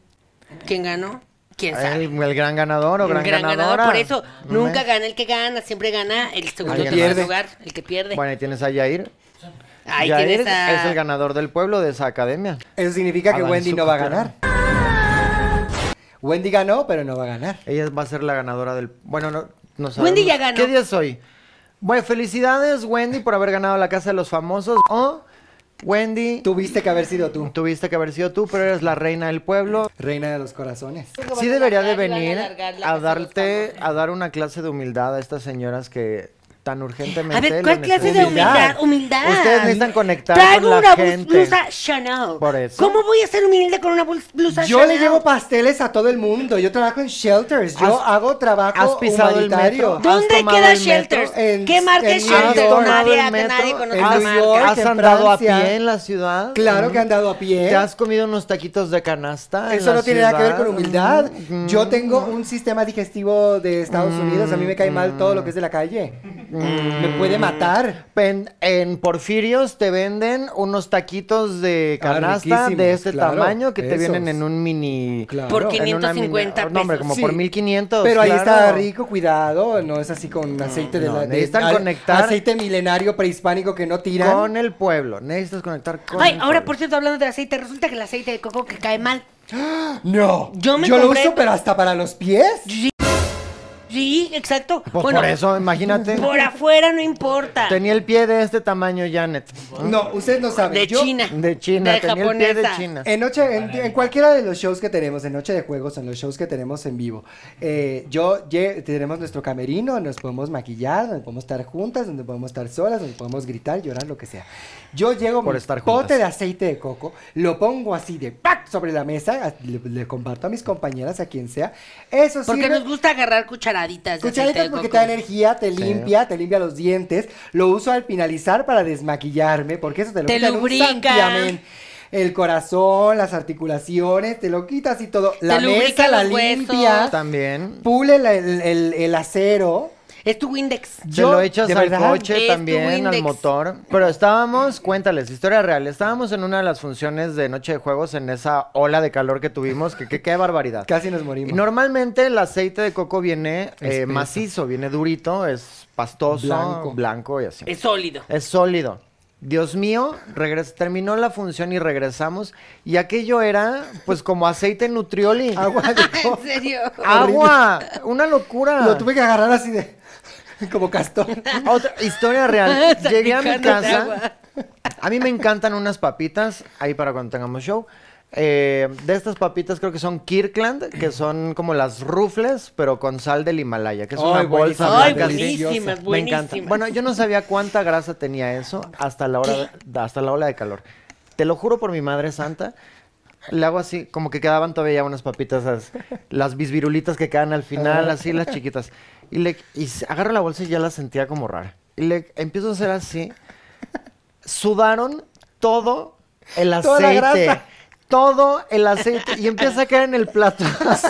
S3: ¿Quién ganó? ¿Quién sabe?
S4: El, el gran ganador o gran, ganadora.
S3: Por eso,
S4: No
S3: nunca
S4: me-
S3: gana el que gana, siempre gana el segundo
S4: Alguien
S3: tercer
S1: más.
S3: lugar, el que pierde.
S4: Bueno, y tienes a Yair.
S3: Ahí
S4: Yair
S3: tienes a-
S4: es el ganador del pueblo de esa academia.
S1: Eso significa que
S4: Adam
S1: Wendy no va a ganar. Wendy ganó, pero no va a ganar.
S4: Ella va a ser la ganadora del... Bueno, no, no sabemos.
S3: Wendy ya ganó.
S4: ¿Qué día es hoy? Bueno, felicidades, Wendy, por haber ganado la Casa de los Famosos. O, Wendy,
S1: Tuviste que haber sido tú,
S4: tuviste que haber sido tú, pero eres la reina del pueblo.
S1: reina de los corazones.
S4: Sí debería de
S3: alargar y van a
S4: venir
S3: alargar la Casa de
S4: a
S3: los
S4: darte, a dar una clase de humildad a estas señoras que tan urgentemente...
S3: A ver,
S4: lo
S3: ¿cuál clase de
S4: necesitan.
S3: humildad? Humildad.
S4: Ustedes necesitan conectar
S3: Traigo
S4: con la
S3: una blu-
S4: gente.
S3: blusa Chanel.
S4: Por eso.
S3: ¿Cómo voy a ser humilde con una blu- blusa
S1: Yo
S3: Chanel?
S1: le llevo pasteles a todo el mundo. Yo trabajo en shelters. Yo
S4: ¿Has-
S1: hago trabajo
S4: has pisado el
S1: humanitario.
S4: metro? ¿Has
S3: ¿Dónde
S4: tomado
S3: queda
S4: el metro?
S3: Shelters?
S1: En-
S3: ¿Qué marca
S1: en
S3: es
S1: New York.
S3: Shelters?
S4: ¿Has
S1: York.
S4: tomado
S3: Nadie,
S4: el metro?
S3: nadie conoce
S1: en
S3: la
S4: ¿Has,
S1: New
S3: marca.
S1: York,
S4: has
S1: en
S4: andado a
S1: Francia.
S4: pie en la ciudad?
S1: Claro que he andado a pie.
S4: ¿Te has comido unos taquitos de canasta? en
S1: Eso
S4: la
S1: no tiene nada que ver
S4: ciudad?
S1: con humildad.
S4: Mm,
S1: Yo tengo un sistema digestivo de Estados Unidos. A mí me cae mal todo lo que es de la calle.
S4: Mm.
S1: Me puede matar.
S4: En, en Porfirios te venden unos taquitos de
S1: Ah,
S4: canasta
S1: riquísimos,
S4: de este
S1: claro,
S4: tamaño que te vienen
S1: esos.
S4: en un mini...
S1: Claro.
S3: Por
S1: En
S4: en una
S3: 550
S4: mini- No, hombre,
S3: pesos.
S4: como
S1: Sí.
S4: por 1500.
S1: Pero ahí
S4: claro.
S1: está rico, cuidado. No es así con aceite de
S4: no,
S1: la. de-
S4: necesitan
S1: al-
S4: conectar.
S1: Aceite milenario prehispánico que no tiran.
S4: Con el pueblo. Necesitas conectar con
S3: Ay,
S4: el
S3: ahora por
S4: pueblo.
S3: cierto, hablando de aceite, resulta que el aceite de coco que cae mal.
S1: No.
S3: Yo me
S1: lo
S3: compré-
S1: uso, pero hasta para los pies.
S3: Sí, exacto.
S4: Pues
S3: bueno,
S4: por eso, imagínate.
S3: Por afuera no importa.
S4: Tenía el pie de este tamaño, Janet.
S1: No, usted no sabe.
S3: De
S1: Yo-
S3: China.
S4: De China,
S3: De
S4: tenía el pie de
S3: japonesa.
S4: China.
S1: En noche, en, en cualquiera de los shows que tenemos, en noche de juegos, en los shows que tenemos en vivo, eh, yo lle- tenemos nuestro camerino, donde nos podemos maquillar, donde podemos estar juntas, donde podemos estar solas, donde podemos gritar, llorar, lo que sea. Yo llego
S4: Por
S1: mi
S4: estar
S1: pote
S4: juntas.
S1: de aceite de coco, lo pongo así de ¡pac! sobre la mesa, a- le, le comparto a mis compañeras, a quien sea. Eso sí.
S3: Porque nos gusta agarrar cucharaditas. de aceite
S1: Cucharitas
S3: de
S1: porque te
S3: coco.
S1: da energía, te limpia, te limpia los dientes. Lo uso al finalizar para desmaquillarme, porque eso te lo
S3: Te
S1: quita en un
S3: lubrica.
S1: santiamén. El corazón, las articulaciones, te lo quitas y todo. La
S3: lubrica
S1: mesa la
S3: los huesos.
S1: limpia,
S4: También.
S1: pule la- el, el- el acero.
S3: Es tu Windex.
S4: Se
S1: Yo,
S4: lo echas
S1: de
S4: al
S1: verdad,
S3: es
S4: coche
S3: tu
S4: también, al
S3: Windex.
S4: motor. Pero estábamos, cuéntales, historia real. Estábamos en una de las funciones de Noche de Juegos en esa ola de calor que tuvimos, que que- qué barbaridad.
S1: Casi nos morimos.
S4: Y normalmente el aceite de coco viene eh,
S1: Espeso.
S4: macizo, viene durito, es pastoso,
S1: Blanco.
S4: blanco, y así.
S3: Es sólido.
S4: Es sólido. Dios mío, regres- terminó la función y regresamos. Y aquello era, pues, como aceite nutrioli.
S1: Agua de
S3: ¿En
S1: co-
S3: serio?
S4: Agua, una locura.
S1: Lo tuve que agarrar así de. como castor.
S4: Otra historia real. Llegué a mi
S3: Salpicándote
S4: casa.
S3: agua.
S4: A mí me encantan unas papitas, ahí para cuando tengamos show. Eh, de estas papitas creo que son Kirkland, que son como las rufles, pero con sal del Himalaya, que es una
S1: Ay,
S4: bolsa
S1: buenísima,
S3: Ay,
S4: blanca.
S1: deliciosa.
S4: así.
S3: buenísimas,
S4: Me encanta.
S3: buenísimas.
S4: Bueno, yo no sabía cuánta grasa tenía eso hasta la hora de- hasta la ola de calor. Te lo juro por mi madre santa. Le hago así, como que quedaban todavía unas papitas, esas, las bisvirulitas que quedan al final, así las chiquitas. Y le y s- agarro la bolsa y ya la sentía como rara. Y le empiezo a hacer así. Sudaron todo el
S1: Toda la
S4: aceite.
S1: grasa.
S4: Todo el aceite. Y empieza a caer en el plato. así.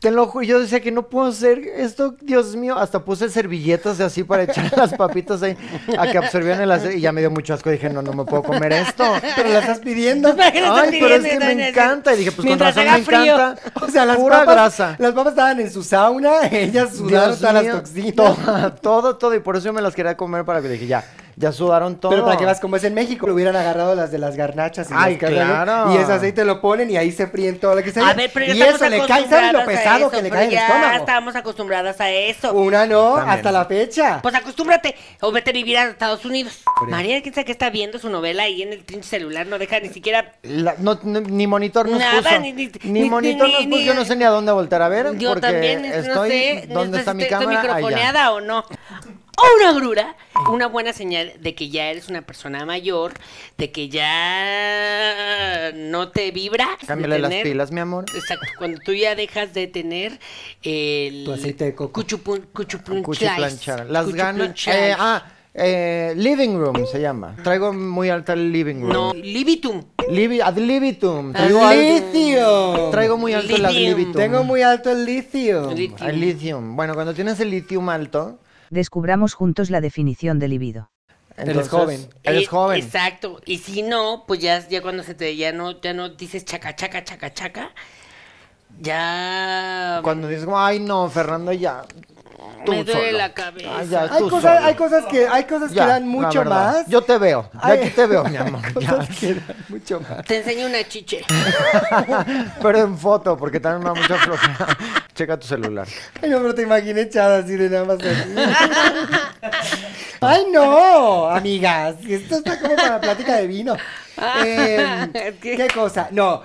S4: Te lo juro, yo decía que no puedo hacer esto, Dios mío. Hasta puse servilletas de así para echar las papitas ahí a que absorbieran el aceite. Y ya me dio mucho asco. Dije, no, no me puedo comer esto.
S1: Pero la estás pidiendo.
S3: ¿Para qué lo estás
S4: Ay, pero es
S3: pidiendo?
S4: que
S3: Están
S4: me
S3: así.
S4: encanta. Y dije, pues con
S3: Mientras
S4: razón
S3: haga
S4: me
S3: frío.
S4: encanta.
S1: O sea, las
S4: Pura
S1: papas,
S4: grasa.
S1: Las papas estaban en su sauna, ellas sudaron
S4: Dios
S1: todas
S4: mío,
S1: las toxinas.
S4: Todo, todo, todo. Y por eso yo me las quería comer para que dije, ya, ya sudaron todo.
S1: Pero para que vas como es en México, lo hubieran agarrado las de las garnachas. Y las
S4: Ay,
S1: cargan,
S4: claro.
S1: Y ese aceite lo ponen y ahí se fríen todo lo que sea.
S3: A ver, pero ya
S1: y
S3: estamos
S1: eso le cae, ¿sabes lo
S3: acostumbradas a
S1: pesado
S3: eso,
S1: que le
S3: pero
S1: cae en el
S3: ya
S1: estómago?
S3: estábamos acostumbradas a eso.
S1: Una no,
S4: También.
S1: hasta la fecha.
S3: Pues acostúmbrate o vete a vivir a Estados Unidos. María, ¿quién sabe qué está viendo su novela ahí en el pinche celular? No deja ni siquiera...
S4: La- no, no- ni monitor nos
S3: Nada,
S4: puso.
S3: ni-
S4: Ni,
S3: ni- ni-
S4: monitor
S3: ni-
S4: nos puso.
S3: ni-
S4: Yo no sé ni a dónde voltear a ver.
S3: Yo
S4: porque
S3: también,
S4: estoy,
S3: no sé... no
S4: ¿Dónde
S3: sé
S4: está
S3: si
S4: mi
S3: estoy-
S4: cámara?
S3: ¿Estoy
S4: Allá.
S3: microfoneada o no? O una grura, una buena señal de que ya eres una persona mayor, de que ya no te vibra. de
S4: Cámbiale las
S3: tener-
S4: pilas, mi amor.
S3: Exacto, cuando tú ya dejas de tener el...
S1: Tu aceite de coco.
S3: Cuchupun, cuchupun
S4: Cuchiplanchar. Las ganas. eh, ah, eh, living room se llama. Traigo muy alta el living room.
S3: No, libitum.
S4: Libi- ad libitum. Traigo, al-
S1: ¡Litio!
S4: traigo muy alto el ad
S3: Lithium.
S4: libitum.
S1: Tengo muy alto el litio.
S3: Litio.
S4: Al lithium. Bueno, cuando tienes el litium alto,
S7: Descubramos juntos la definición de libido.
S1: Eres
S4: entonces-
S1: joven.
S4: Eres
S3: Eh,
S4: joven.
S3: Exacto. Y si no, pues ya, ya cuando se te, ya no, ya no dices chaca, chaca, chaca, chaca. Ya
S4: Cuando dices, como, ay no, Fernando, ya. tú
S3: me duele
S4: solo".
S3: la cabeza.
S4: Ay, ya,
S1: Hay
S4: tú
S1: cosas,
S4: solo.
S1: hay cosas que, hay cosas
S4: Ya,
S1: que dan
S4: la
S1: mucho
S4: verdad.
S1: más.
S4: Yo te veo. Yo
S1: Ay.
S4: aquí te veo, mi amor. ya.
S1: Cosas que dan mucho más.
S3: Te enseño una chiche.
S4: Pero en foto, porque también me da mucha flojera. Checa tu celular.
S1: Ay, no, pero te imaginé echada así de nada más así. Ay, no, amigas. Esto está como para plática de vino.
S3: Ah,
S1: Em, ¿Qué cosa? No.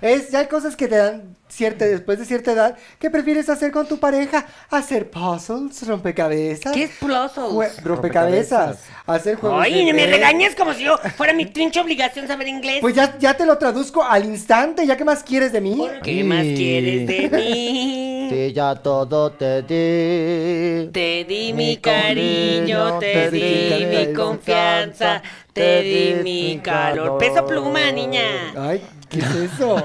S1: Es, ya hay cosas que te dan cierta, después de cierta edad, que prefieres hacer con tu pareja. Hacer puzzles, rompecabezas.
S3: ¿Qué es puzzles?
S1: Jue- rompecabezas. Hacer juegos.
S3: Ay,
S1: de
S3: ni me
S1: mesa.
S3: regañes como si yo fuera mi pinche obligación saber inglés.
S1: eh, Pues ya, ya te lo traduzco al instante. ¿Ya qué más quieres de mí?
S3: ¿Qué más
S4: Y-
S3: quieres de mí?
S4: Sí, ya todo te di.
S3: Te di
S4: Mi
S3: mi cariño,
S4: cariño,
S3: te
S1: te
S3: di
S1: di
S3: mi
S1: mi
S3: confianza,
S4: confianza,
S3: te di mi calor. Peso pluma, niña.
S1: Ay, ¿qué es eso?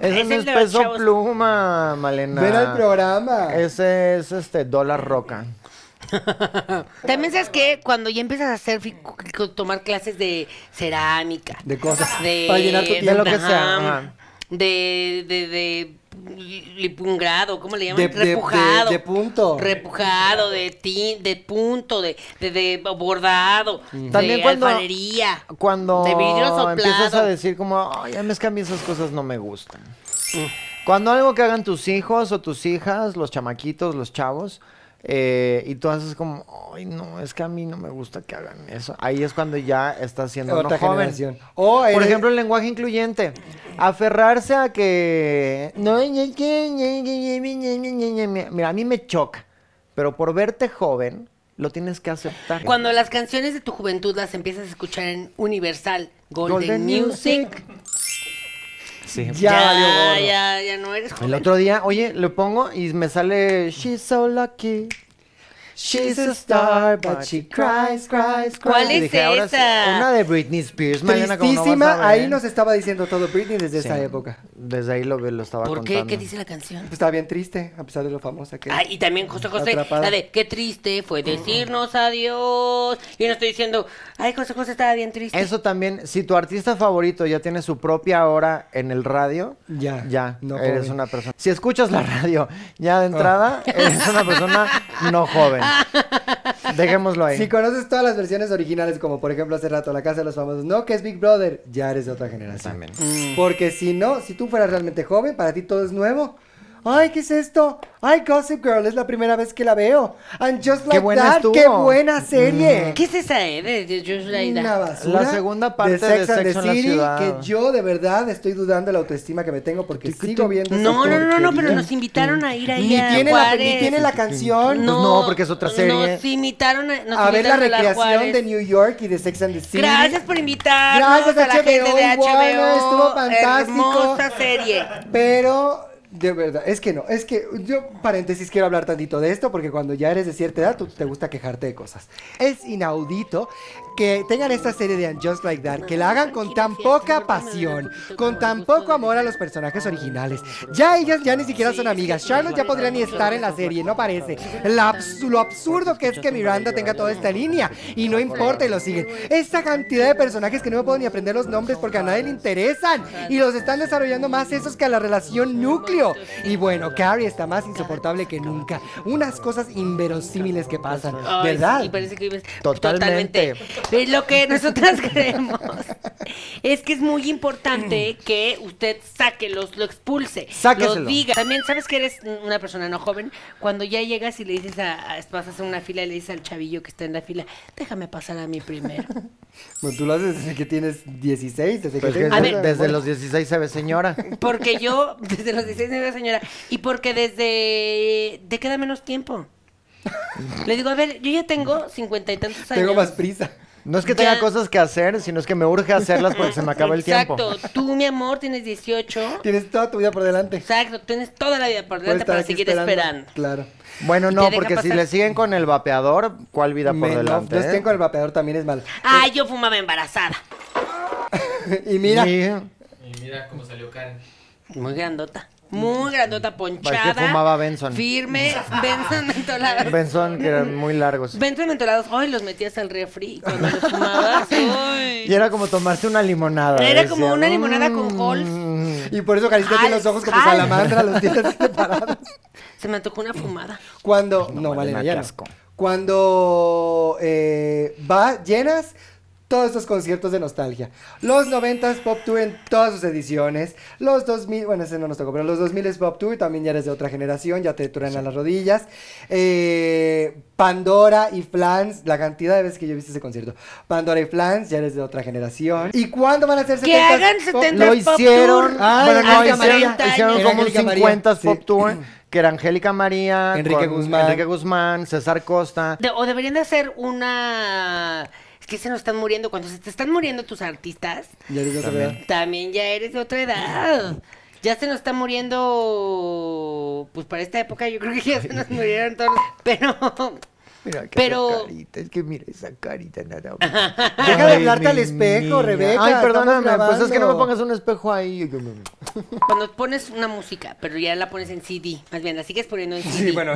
S4: Ese
S3: Es el
S4: no
S3: de los
S4: es peso
S3: chavos.
S4: pluma, Malena.
S1: Ven al programa.
S4: Eh, Ese es este dólar roca.
S3: También sabes que cuando ya empiezas a hacer fi- cu- tomar clases de cerámica,
S1: De cosas.
S3: de,
S1: Para llenar tu tiempo.
S4: De lo que
S3: ajá,
S4: sea, ajá.
S3: de de de lipungrado, ¿cómo le
S1: De-
S3: llaman?
S1: de- de-
S3: repujado.
S1: de punto.
S3: Repujado, de tin, de punto, de, de, de bordado,
S4: También
S3: de
S4: cuando-
S3: alfarería.
S4: Cuando
S3: de vidrio soplado.
S4: empiezas a decir como, ay, a mí es que a mí esas cosas no me gustan.
S3: Mm.
S4: Cuando algo que hagan tus hijos o tus hijas, los chamaquitos, los chavos, eh, y tú haces como, ay, no, es que a mí no me gusta que hagan eso. Ahí es cuando ya estás siendo
S1: Otra
S4: no joven.
S1: generación. O
S4: Por
S3: eh,
S1: eres-
S4: ejemplo, el lenguaje incluyente. Aferrarse a que... No, es que- Mira, a mí me choca, pero por verte joven, lo tienes que aceptar.
S3: Cuando las canciones de tu juventud las empiezas a escuchar en Universal Golden,
S4: Golden
S3: Music,
S4: Sí.
S1: Ya valió
S3: ya,
S1: gorro.
S3: ya, ya no eres joven.
S4: El otro día, oye, lo pongo y me sale She's so lucky. She's a star, but she cries, cries, cries.
S3: ¿Cuál
S4: Y
S3: es
S4: ahora sí,
S3: esa?
S4: Una de Britney Spears. Mariana, ¿cómo no vas a
S1: Tristísima, ahí
S4: ver? ¿eh?
S1: nos estaba diciendo todo Britney desde
S4: Sí.
S1: esa época.
S4: Desde ahí lo, lo estaba
S3: ¿Por qué?
S4: contando.
S3: ¿Qué dice la canción?
S1: Pues estaba bien triste, a pesar de lo famosa que
S3: Ah, y también José José,
S1: Atrapada.
S3: la de qué triste fue decirnos adiós. Yo no estoy diciendo, ay, José José estaba bien triste.
S4: Eso también, si tu artista favorito ya tiene su propia hora en el radio,
S1: Ya,
S4: ya
S1: no
S4: eres
S1: joven.
S4: una persona. Si escuchas la radio ya de entrada, eres una persona no joven. Dejémoslo ahí.
S1: Si conoces todas las versiones originales, como por ejemplo hace rato La Casa de los Famosos, no, que es Big Brother, ya eres de otra generación.
S4: También.
S3: Mm.
S1: Porque si no, si tú fueras realmente joven, para ti todo es nuevo. Ay, ¿qué es esto? Ay, Gossip Girl, es la primera vez que la veo. And just like
S4: buena
S1: that,
S4: estuvo. Mm.
S1: qué buena serie.
S3: ¿Qué es esa, eh? De, de- de- de- de-
S1: Una basura
S4: La segunda parte de Sexo en la Ciudad.
S1: que yo de verdad estoy dudando de la autoestima que me tengo porque sigo viendo esa
S3: No, no, no, no, pero
S1: porquería.
S3: nos invitaron a ir ahí
S1: ni
S3: a
S1: tiene, la, ni
S3: Juárez.
S1: tiene la Pues canción.
S4: No, no, porque es otra serie.
S3: Nos invitaron a, nos
S1: a ver la
S3: invitaron a
S1: recreación
S3: Juárez.
S1: de New York y de Sex and the City.
S3: Gracias por invitarnos
S1: Gracias,
S3: a la gente de
S1: HBO,
S3: HBO.
S1: Warner, estuvo fantástico.
S3: Hermosa serie.
S1: Pero, de verdad, es que no, es que yo, paréntesis, quiero hablar tantito de esto, porque cuando ya eres de cierta edad, tú te gusta quejarte de cosas. Es inaudito que tengan esta serie de And Just Like That, que la hagan con tan poca pasión, con tan poco amor a los personajes originales. Ya ellas ya ni siquiera son amigas, Charlotte ya podría ni estar en la serie, no parece. La abs- lo absurdo que es que Miranda tenga toda esta línea, y no importa, y lo siguen. Esta cantidad de personajes que no me puedo ni aprender los nombres porque a nadie le interesan, y los están desarrollando más esos que a la relación núcleo. Y bueno, Carrie está más insoportable que nunca. Unas cosas inverosímiles que pasan,
S3: Ay,
S1: ¿verdad?
S3: sí, parece que vives-
S4: Totalmente.
S3: Totalmente. Es lo que nosotras creemos. Es que es muy importante que usted sáquelos, lo expulse.
S4: Sáqueselo.
S3: Lo diga. También, ¿sabes que eres una persona no joven? Cuando ya llegas y le dices a, a- vas a hacer una fila y le dices al chavillo que está en la fila, déjame pasar a mí primero.
S1: Bueno, tú lo haces desde que tienes 16, desde que
S4: Pues que
S1: tienes-
S3: A
S4: desde,
S3: ver.
S4: desde los 16 se ve señora.
S3: Porque yo, desde los 16 años, señora, y porque desde... Te queda menos tiempo. Le digo, a ver, yo ya tengo cincuenta y tantos años.
S1: Tengo más prisa.
S4: No es que
S3: Ya.
S4: tenga cosas que hacer, sino es que me urge hacerlas porque Pues, se me acaba el tiempo.
S3: Exacto. Tú, mi amor, tienes 18.
S1: Tienes toda tu vida por delante.
S3: Exacto, tienes toda la vida por
S1: Puedes
S3: delante
S1: estar
S3: para
S1: aquí
S3: seguir esperando.
S1: Claro.
S4: Bueno,
S3: Y
S4: no,
S3: te deja
S4: porque si
S3: pasar.
S4: le siguen con el vapeador, ¿cuál vida por
S1: Me- no, pues,
S4: delante?
S1: no
S4: eh?
S1: estén con el vapeador también es malo.
S3: Ay, yo fumaba embarazada.
S1: y mira,
S4: Sí,
S3: Muy grandota. Muy grandota, ponchada.
S4: Parecía que Mm. Pues, fumaba Benson.
S3: Firme, Benson mentolados.
S4: Benson, que eran muy largos.
S3: Benson mentolados. Ay, los metías al refri y cuando los fumabas. ay.
S4: Y era como tomarse una limonada.
S3: Era
S4: decía,
S3: como una limonada con
S4: "Mm".
S3: golf.
S1: y por eso Carita tiene los ojos como
S3: Jal, jal.
S1: salamandra, los tienes separados.
S3: Se me antojó una fumada.
S1: Cuando. No,
S4: Malena,
S1: Malena,
S4: qué
S1: ya no.
S4: asco.
S1: Cuando eh, va, llenas todos estos conciertos de nostalgia. Los 90s Pop Tour en todas sus ediciones. Los 2000, bueno, ese no nos tocó, pero los 2000s Pop Tour también ya eres de otra generación, ya te truenan las rodillas. Eh, Pandora y Flans, la cantidad de veces que yo he visto ese concierto. Pandora y Flans, ya eres de otra generación. ¿Y cuándo van a hacer 70s?
S3: Que hagan
S1: Pop-
S3: 70s
S4: Lo
S3: Pop Tour.
S4: hicieron.
S1: Ay,
S4: bueno, no,
S1: Angélica
S4: hicieron,
S1: María.
S4: hicieron
S1: Era
S4: como un
S1: Angélica María.
S4: 50
S1: Sí.
S4: pop tour. Que era Angélica María,
S1: Enrique
S4: con
S1: Guzmán.
S4: Enrique Guzmán, César Costa.
S3: De- o deberían de hacer una... Es que se nos están muriendo. Cuando se te están muriendo tus artistas,
S1: Ya eres de otra edad.
S3: También ya eres de otra edad. Ya se nos está muriendo. Pues para esta época yo creo que ya se nos murieron todos. Pero.
S4: Mira, que
S3: Pero-
S4: esa carita, es que mira esa carita nada.
S1: Deja de hablarte al espejo, Rebeca,
S4: Ay,
S1: estamos
S4: perdóname, pues es que no me
S1: grabando.
S4: pongas un espejo ahí.
S3: Cuando pones una música, pero ya la pones en CD. Más bien, la sigues poniendo en CD.
S1: Sí, bueno,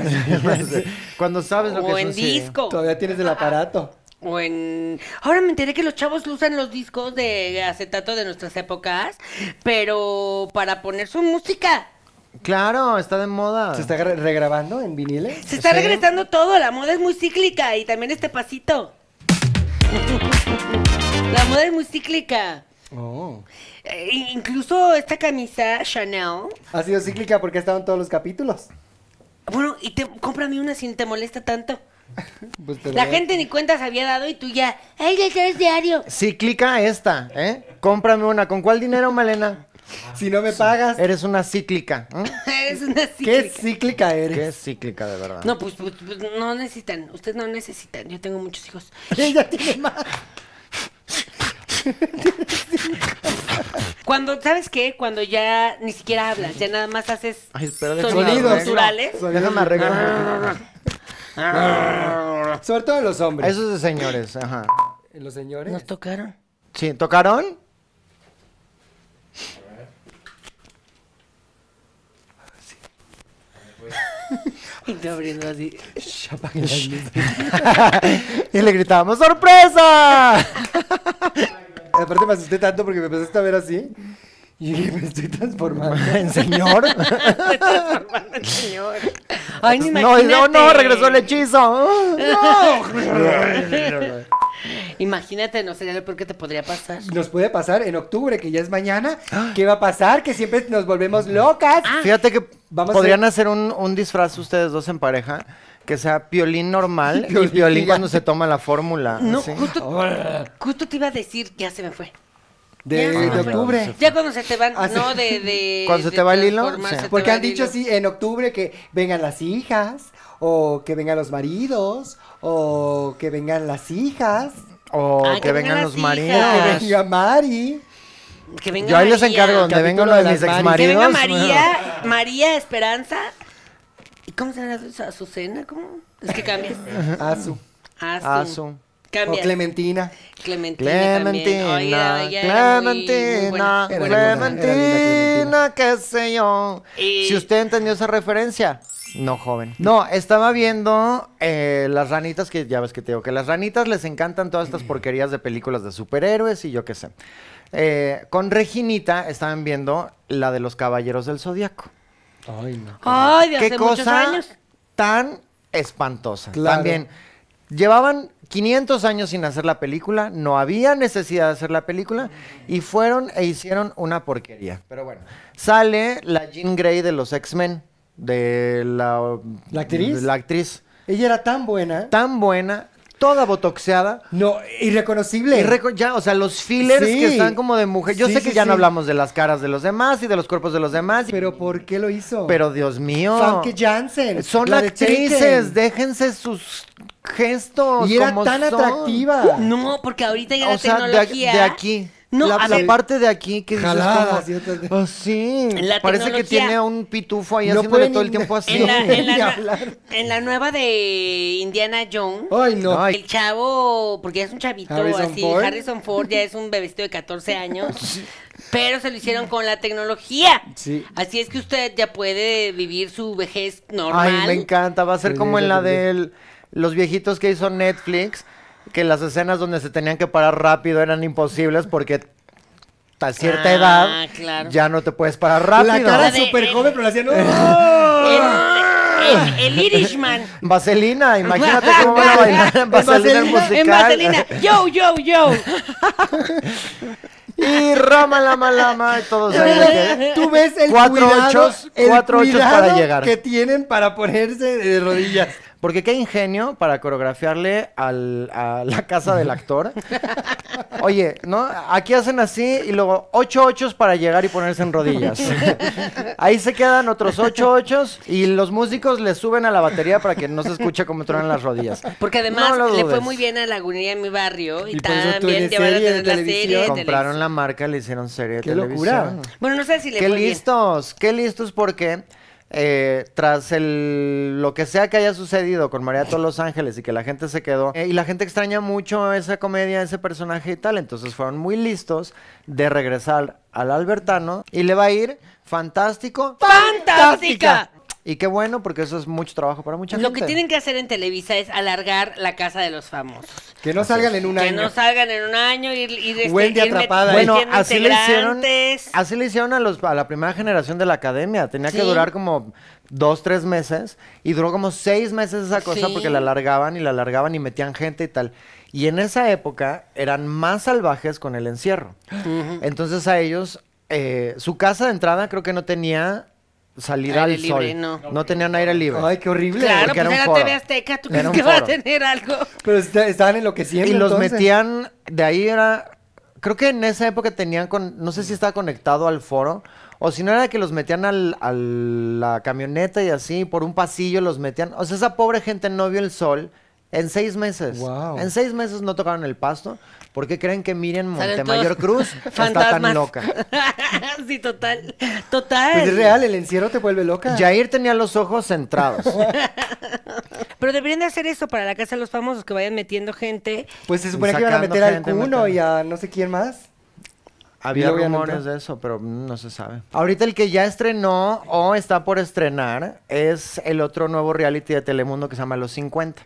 S4: Cuando sabes lo que
S3: O
S4: es
S3: en
S4: un CD.
S3: disco.
S1: todavía tienes
S3: Ah.
S1: el aparato.
S3: O en. Ahora me enteré que los chavos usan los discos de acetato de nuestras épocas. Pero para poner su música.
S4: Claro, está de moda.
S1: ¿Se está re- regrabando en viniles?
S3: Se está
S4: Sí.
S3: regresando todo, la moda es muy cíclica y también este pasito. La moda es muy cíclica.
S1: Oh.
S3: Eh, incluso esta camisa Chanel.
S1: Ha sido cíclica porque ha estado en todos los capítulos.
S3: Bueno, y te, cómprame una si no te molesta tanto.
S1: Pues te lo
S3: La
S1: voy a-
S3: gente ni cuenta se había dado y tú ya, ay, ya sabes diario.
S4: Cíclica esta, ¿eh? Cómprame una. ¿Con cuál dinero, Malena?
S1: Si no me pagas,
S4: Eres una cíclica. ¿eh?
S3: Eres una
S1: ¿qué
S3: cíclica.
S1: cíclica
S4: Qué
S1: eres?
S4: cíclica, de verdad.
S3: No, pues, pues, pues, no necesitan, ustedes no necesitan, yo tengo muchos hijos.
S1: Ella tiene más.
S3: Cuando, ¿sabes qué? Cuando ya ni siquiera hablas, ya nada más haces
S4: Ay, espera, déjame
S3: sonidos
S1: arreglo.
S3: naturales.
S4: Déjame arreglar.
S1: Sobre todo en los hombres.
S4: Eso es de señores, ajá.
S1: ¿En los señores?
S3: Nos tocaron.
S4: Sí, ¿tocaron?
S3: Y te abriendo así.
S4: Y le gritábamos, ¡sorpresa!
S1: Aparte me asusté tanto porque me empezaste a ver así. Y dije, me estoy transformando.
S4: ¿En señor?
S3: Te transformando en señor. Ay, ni
S4: Pues, No, no, no,
S3: imagínate. Ah.
S4: regresó el hechizo. ¡Oh, no!
S3: Imagínate, no sería lo peor que te podría pasar.
S1: Nos puede pasar en octubre, que ya es mañana.
S4: Ah.
S1: ¿Qué va a pasar? Que siempre nos volvemos locas.
S3: Ah.
S4: Fíjate que
S1: Vamos a
S4: podrían
S1: hacer-
S4: hacer un, un disfraz ustedes dos en pareja que sea piolín normal y
S1: Piolín
S4: piolín, cuando se toma la fórmula.
S3: No,
S4: Ah, ¿sí?
S3: justo, justo te iba a decir, ya se me fue.
S1: De,
S3: Ya,
S1: de
S3: no,
S1: octubre.
S3: Ya cuando se te van,
S1: Ah, sí.
S3: no de, de-
S4: Cuando se
S3: de
S4: te va el hilo,
S3: transformarse,
S4: sí.
S3: te
S1: Porque
S3: va
S1: han
S3: el
S1: dicho
S3: hilo.
S1: así en octubre que vengan las hijas, o que vengan los maridos, o que vengan las hijas,
S4: O
S3: Ay,
S4: que vengan los
S3: las
S4: maridos.
S1: o que
S3: hijas.
S1: venga Mari.
S3: Que venga
S4: Yo ahí les
S3: María.
S4: encargo donde
S1: Capítulo
S4: vengan
S1: de
S4: los de
S1: las
S4: mis
S1: Maris.
S3: Que venga
S4: exmaridos.
S3: María, María Esperanza. ¿Y cómo se llama su- Azucena? ¿Cómo? Es que cambias.
S1: Azu.
S3: Azu.
S4: Azu.
S1: O
S3: Cambias.
S1: Clementina.
S3: Clementina. también.
S4: Clementina,
S3: Oye, ella era muy- muy
S4: Clementina,
S3: buena.
S1: Era
S3: Bueno,
S1: muy buena.
S4: Clementina, qué sé yo.
S3: Y-
S4: Si usted entendió esa referencia, no joven. No, estaba viendo eh, las ranitas que ya ves que te digo que las ranitas les encantan todas estas porquerías de películas de superhéroes y yo qué sé. Eh, con Reginita estaban viendo la de los Caballeros del Zodiaco.
S1: Ay, no.
S3: Ay, de
S4: ¿Qué
S3: hace muchos
S4: cosa
S3: años.
S4: tan espantosa?
S1: Claro.
S4: También, llevaban 500 años sin hacer la película, no había necesidad de hacer la película, y fueron e hicieron una porquería. Pero bueno, sale la Jean Grey de los X-Men, de la...
S1: ¿La actriz?
S4: de La actriz.
S1: Ella era tan buena.
S4: Tan buena, toda botoxeada.
S1: No, irreconocible.
S4: Y reco- ya, o sea, los fillers
S1: Sí.
S4: que están como de mujer. Yo
S1: Sí,
S4: sé que
S1: sí,
S4: ya
S1: sí.
S4: no hablamos de las caras de los demás y de los cuerpos de los demás. Pero,
S1: Pero ¿por qué lo hizo?
S4: pero Dios mío.
S1: Famke Janssen.
S4: Son
S1: la de
S4: actrices,
S1: Taken.
S4: déjense sus gestos.
S1: Y era
S4: como
S1: tan
S4: son.
S1: atractiva.
S3: No, porque ahorita ya
S4: O
S3: la
S4: sea, de,
S3: tecnología.
S4: de aquí.
S3: No,
S4: la,
S3: a
S4: la
S3: ver,
S4: parte de aquí que dices
S1: Jaladas
S4: como,
S1: y otras de-
S4: "Ah, sí".
S3: La
S4: Parece que
S3: tecnología-
S4: tiene a un pitufo ahí
S1: No
S4: haciéndole
S1: pueden
S4: todo el
S1: ni-
S4: tiempo así.
S3: en, la, en, la,
S1: Ni
S3: nue-
S1: hablar.
S3: en la nueva de Indiana Jones.
S1: Ay, no.
S4: Ay.
S3: El chavo, porque ya es un chavito
S1: Harrison
S3: así,
S1: Ford.
S3: Harrison Ford ya es un bebecito de 14 años, pero se lo hicieron con la tecnología.
S1: Sí.
S3: Así es que usted ya puede vivir su vejez normal.
S4: Ay, me encanta. Va a ser
S1: Sí,
S4: como en
S1: yo
S4: la
S1: también.
S4: de los viejitos que hizo Netflix, que las escenas donde se tenían que parar rápido eran imposibles porque a cierta
S3: Ah,
S4: edad
S3: claro.
S4: ya no te puedes parar rápido.
S1: La cara
S3: La de-
S1: súper
S3: el-
S1: joven, Ah. pero la hacían. ¡Oh!
S3: El, el- el Irishman.
S4: Vaselina, imagínate cómo van a bailar en Vaselina el musical.
S3: En Vaselina. Yo, yo, yo.
S4: Y Rama Lama Lama, y todos ¿eh? ahí. de que-
S1: Tú ves el
S4: Cuatro
S1: cuidado,
S4: ochos,
S1: el
S4: cuatro ochos
S1: cuidado
S4: para llegar.
S1: que tienen para ponerse de rodillas.
S4: Porque qué ingenio para coreografiarle al- a la casa del actor. Oye, ¿no? Aquí hacen así y luego ocho ochos para llegar y ponerse en rodillas. Ahí se quedan otros ocho ochos y los músicos le suben a la batería para que no se escuche cómo truenan las rodillas.
S3: Porque además
S4: No lo
S3: le fue
S4: dudes.
S3: muy bien a Lagunilla en mi barrio y,
S1: Y por eso tú
S3: también
S1: eres
S3: llevaron a
S1: serie de
S3: tener la serie.
S1: televisión.
S3: de
S4: Compraron la marca, le hicieron serie de
S1: Qué locura.
S4: televisión.
S3: Bueno, no sé si le
S4: Qué
S3: fue bien.
S4: listos, qué listos porque eh, tras el, lo que sea que haya sucedido con María de todos los ángeles y que la gente se quedó, eh, y la gente extraña mucho esa comedia, ese personaje y tal, entonces fueron muy listos de regresar al Albertano y le va a ir fantástico.
S3: ¡Fantástica!
S4: Y qué bueno, porque eso es mucho trabajo para mucha
S3: Lo
S4: gente.
S3: que tienen que hacer en Televisa es alargar la casa de los famosos.
S1: Que no salgan en un
S3: que
S1: año.
S3: no salgan en un año y, y este,
S1: Wendy
S3: ir met-
S1: atrapada, ¿eh?
S4: Bueno,
S3: metiendo
S4: así le hicieron,
S3: integrantes.
S4: así le hicieron a, los, a la primera generación de la academia. Tenía que
S3: Sí.
S4: durar como dos, tres meses. Y duró como seis meses esa cosa
S3: Sí.
S4: porque la alargaban y la alargaban y metían gente y tal. Y en esa época eran más salvajes con el encierro. Entonces a ellos, eh, su casa de entrada creo que no tenía salida
S3: Aire
S4: al
S3: libre,
S4: sol.
S3: no.
S4: tenían aire libre.
S1: Ay, qué horrible.
S3: Claro,
S4: porque
S3: pues
S4: era un
S3: era
S4: foro.
S3: TV Azteca, ¿tú crees
S4: Era un
S3: que va a
S4: foro.
S3: tener algo?
S1: Pero est- estaban enloqueciendo.
S4: Y los
S1: entonces.
S4: metían, de ahí era, creo que en esa época tenían, con, no sé si estaba conectado al foro, o si no era que los metían al, a la camioneta y así, por un pasillo los metían. O sea, esa pobre gente no vio el sol en seis meses.
S1: Guau.
S4: En seis meses no tocaron el pasto. ¿Por qué creen que Miriam
S3: Salen
S4: Montemayor
S3: todos
S4: Cruz está tan
S3: fantasmas.
S4: loca?
S3: sí, total. Total.
S1: Pues es real, el encierro te vuelve loca.
S4: Jair tenía los ojos centrados.
S3: Pero deberían de hacer eso para la casa de los famosos, que vayan metiendo gente.
S1: Pues se supone que iban a
S4: Sacando
S1: meter al
S4: gente,
S1: cuno
S4: meten-
S1: y a no sé quién más.
S4: Había
S1: luego ya no
S4: rumores
S1: entró.
S4: de eso, pero mm, no se sabe. Ahorita el que ya estrenó o está por estrenar es el otro nuevo reality de Telemundo que se llama Los 50,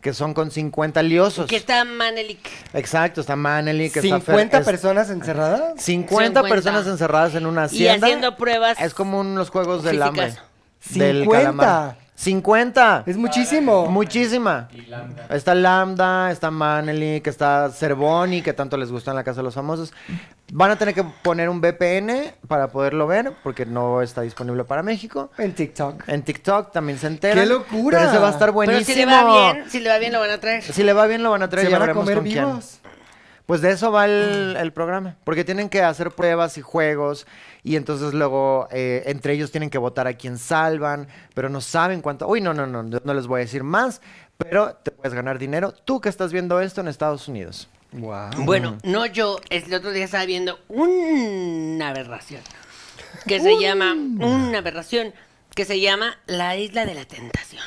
S4: que son con 50 liosos.
S3: Que está Manelik.
S4: Exacto, está Manely, que está Fer-
S1: 50
S4: es-
S1: personas encerradas.
S4: 50
S3: 50.
S4: personas encerradas en una
S3: Y
S4: hacienda.
S3: haciendo pruebas.
S4: Es como un- los juegos del
S3: físicas.
S4: hambre.
S1: 50.
S4: calamar. 50.
S1: Es muchísimo.
S4: Muchísima. Está Lambda, está Manely, que está Cervoni, que tanto les gusta en la Casa de los Famosos. Van a tener que poner un VPN para poderlo ver, porque no está disponible para México.
S1: En TikTok.
S4: En TikTok también se enteran.
S1: ¡Qué locura!
S4: Pero ese va a estar buenísimo.
S3: Pero si le va bien, si le va bien lo van a traer.
S4: Si le va bien, lo van a traer.
S1: Se
S4: ya
S1: van a
S4: veremos
S1: comer
S4: con quién.
S1: vivos. Mm.
S4: Pues de eso va el, el programa, porque tienen que hacer pruebas y juegos y entonces luego eh, entre ellos tienen que votar a quién salvan, pero no saben cuánto... Uy, no, no, no, no no les voy a decir más, pero te puedes ganar dinero tú que estás viendo esto en Estados Unidos. Ah,
S1: Wow.
S3: Bueno, no yo, es- el otro día estaba viendo una aberración. Que se llama, una aberración, que se llama La Isla de la Tentación.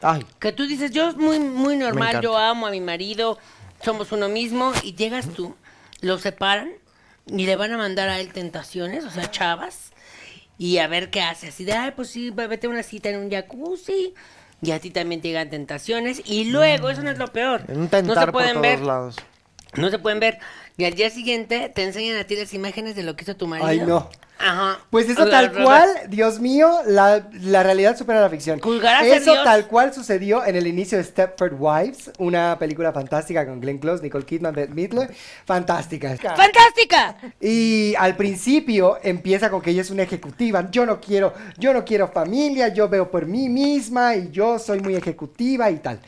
S4: Ay,
S3: Que tú dices, yo es muy, muy normal,
S4: encanta.
S3: yo amo a mi marido, somos uno mismo, y llegas tú, lo separan y le van a mandar a él tentaciones, o sea, chavas, y a ver qué hace. Así de, ay, pues sí, va- vete a una cita en un jacuzzi. Y a ti también te llegan tentaciones. Y luego, eso no es lo peor.
S4: en un
S3: no se
S4: tentar por
S3: pueden
S4: todos
S3: ver.
S4: lados.
S3: No se pueden ver. Y al día siguiente te enseñan a ti las imágenes de lo que hizo tu marido.
S1: Ay, no.
S3: Ajá.
S1: Pues eso
S3: Bla,
S1: tal
S3: bla, bla.
S1: cual, Dios mío, la, la realidad supera la ficción.
S3: Juzgarás a
S1: Eso
S3: Dios.
S1: tal cual sucedió en el inicio de Stepford Wives, una película fantástica con Glenn Close, Nicole Kidman, Beth Midler. Fantástica.
S3: ¡Fantástica!
S1: Y al principio empieza con que ella es una ejecutiva. Yo no quiero, yo no quiero familia, yo veo por mí misma y yo soy muy ejecutiva y tal.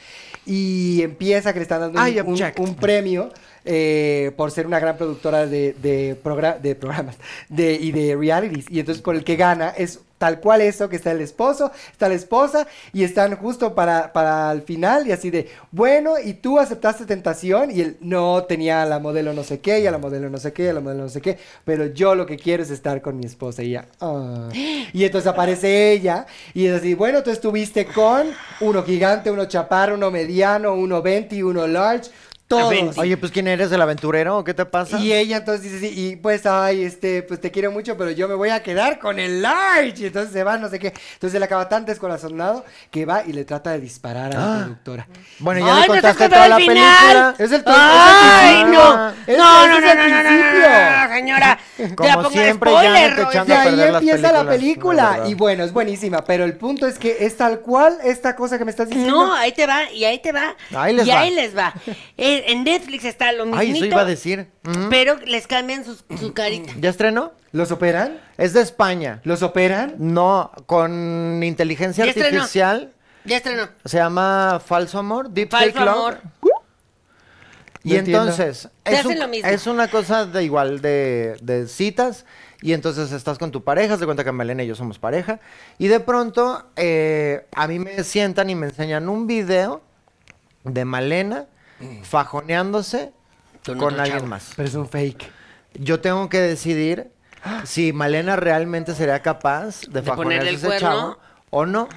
S1: Y empieza que le están dando un-
S4: I
S1: un,
S4: object.
S1: un premio eh, por ser una gran productora de, de progra- de programas de, y de realities. Y entonces por el que gana es tal cual eso, que está el esposo, está la esposa y están justo para, para el final y así de, bueno, y tú aceptaste tentación y él no tenía a la modelo no sé qué y a la modelo no sé qué y a la modelo no sé qué, pero yo lo que quiero es estar con mi esposa y ya. "Ah". Y entonces aparece ella y es así, bueno, tú estuviste con uno gigante, uno chaparro, uno mediano, uno 20, uno large, todos.
S4: Oye, pues ¿quién eres, el aventurero o qué te pasa?
S1: Y ella entonces dice, sí, y pues, ay, este, pues te quiero mucho, pero yo me voy a quedar con el large. Y entonces se va, no sé qué. Entonces él acaba tan descorazonado que va y le trata de disparar a
S4: Ah.
S1: la productora.
S4: Bueno, ya
S3: Ay,
S4: le
S3: no te has
S4: contaste
S3: contado
S4: toda la
S3: el final.
S4: película.
S1: Es el
S3: ¡Ay,
S1: es el
S3: no!
S1: principio. Ese-
S3: No,
S1: ese
S3: no,
S1: es
S3: no,
S1: el
S3: no, no, no, no,
S1: principio.
S3: no, señora.
S4: Como
S3: ya pongan
S4: siempre, ya
S3: spoiler,
S4: te
S3: Roy.
S4: echan-
S1: De
S4: a
S1: ahí
S4: perder las
S1: empieza la
S4: películas, la
S1: película.
S4: verdad.
S1: y bueno, es buenísima, pero el punto es que es tal cual esta cosa que me estás diciendo.
S3: No, ahí te va, y ahí te va.
S4: Ahí les
S3: y
S4: va.
S3: ahí les va. Eh, En Netflix está lo mismo.
S4: Ay, eso iba a decir. Mm. Ujú.
S3: Pero les cambian sus- su carita.
S4: ¿Ya estrenó?
S1: ¿Los operan?
S4: Es de España.
S1: ¿Los operan?
S4: No, con inteligencia
S3: Ya estrenó.
S4: artificial.
S3: Ya estrenó.
S4: Se llama Falso Amor, Deep
S3: Falso
S4: Fake Love.
S3: Amor.
S4: Y
S1: No entiendo.
S4: entonces,
S3: Te
S4: es,
S3: hacen
S4: un-
S3: lo mismo.
S4: es una cosa de igual de, de citas. Y entonces estás con tu pareja, se cuenta que Melena y yo somos pareja. Y de pronto, eh, a mí me sientan y me enseñan un video de Malena fajoneándose
S3: Con
S4: con
S3: otro
S4: alguien
S3: chavo.
S4: más.
S1: Pero es un fake.
S4: Yo tengo que decidir si Malena realmente sería capaz de, fajonearse
S3: ponerle
S4: a
S3: el
S4: ese
S3: cuerno.
S4: chavo o no.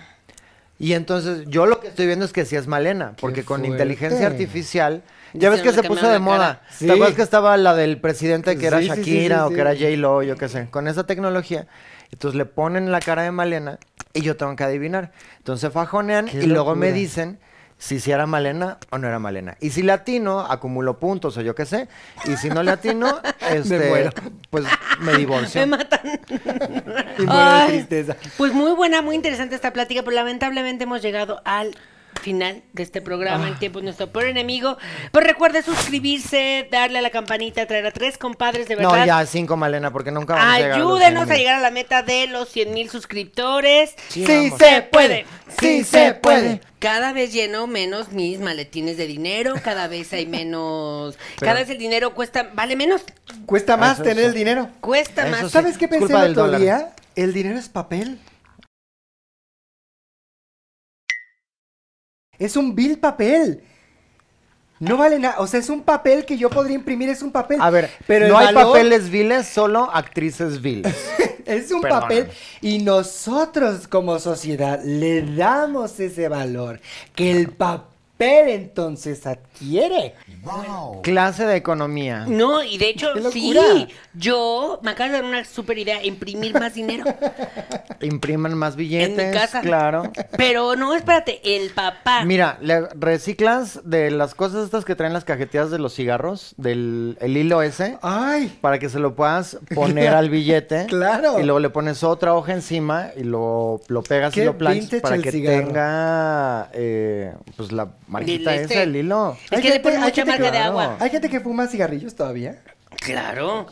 S4: Y entonces yo lo que estoy viendo es que sí es Malena, porque con
S1: fuerte.
S4: inteligencia artificial,
S3: Dicen,
S4: ya ves que
S3: le
S4: se puso
S3: cambiaron
S4: de
S3: la cara.
S4: moda.
S1: Sí.
S4: ¿Te acuerdas que estaba la del presidente que era
S1: Sí, sí, sí,
S4: Shakira
S1: sí,
S4: o
S1: sí.
S4: que era J-Lo, yo qué sé? Con esa tecnología, entonces le ponen la cara de Malena y yo tengo que adivinar. Entonces fajonean
S1: Qué
S4: y luego me
S1: locura.
S4: dicen si sí era Malena o no era Malena. Y si latino, acumulo puntos o yo qué sé. Y si no latino, este,
S1: muero.
S4: pues me divorcio.
S3: Me matan.
S1: Y muero de
S3: Ay,
S1: tristeza.
S3: Pues muy buena, muy interesante esta plática, pero lamentablemente hemos llegado al final de este programa.
S4: Ah.
S3: El tiempo es nuestro peor enemigo. Pero recuerde suscribirse, darle a la campanita, traer a tres compadres de verdad.
S4: No, ya cinco Malena, porque nunca vamos a llegar.
S3: Ayúdenos a
S4: los 100,000.
S3: llegar a la meta de los 100 mil suscriptores.
S4: Sí,
S1: Sí
S4: vamos.
S1: se puede, sí se puede.
S3: Cada vez lleno menos mis maletines de dinero, cada vez hay menos,
S4: Pero-
S3: cada vez el dinero cuesta, vale menos,
S1: Cuesta más
S4: Eso
S1: tener
S4: sí.
S1: el dinero.
S3: cuesta
S4: Eso
S3: más.
S4: sí.
S1: ¿Sabes qué
S4: es culpa
S1: pensé el
S4: del
S1: otro
S4: dólar.
S1: día? El dinero es papel. Es un vil papel. No vale nada. O sea, es un papel que yo podría imprimir, es un papel.
S4: A ver,
S1: pero
S4: no
S1: el
S4: hay
S1: valor
S4: papeles viles, solo actrices viles.
S1: Es un
S4: Perdóname.
S1: papel y nosotros como sociedad le damos ese valor que el papel entonces adquiere.
S4: Clase de economía.
S3: No, y de hecho,
S1: ¡Qué
S3: sí,
S1: locura!
S3: yo me acabo de dar una super idea, imprimir más dinero
S4: Impriman más billetes.
S3: en mi casa. Ah.
S4: Claro.
S3: Pero no, espérate, el papá.
S4: Mira, le reciclas de las cosas estas que traen las cajetillas de los cigarros, del el hilo ese,
S1: Ay,
S4: para que se lo puedas poner al billete.
S1: Claro.
S4: Y luego le pones otra hoja encima y lo, lo pegas
S1: Qué
S4: y lo planchas
S1: vintage
S4: para
S1: el
S4: que
S1: cigarro.
S4: tenga eh, pues la marquita
S3: El este.
S4: esa, el hilo.
S3: Es que le ponen mucha marca de agua.
S1: hay gente que fuma cigarrillos todavía.
S3: Claro.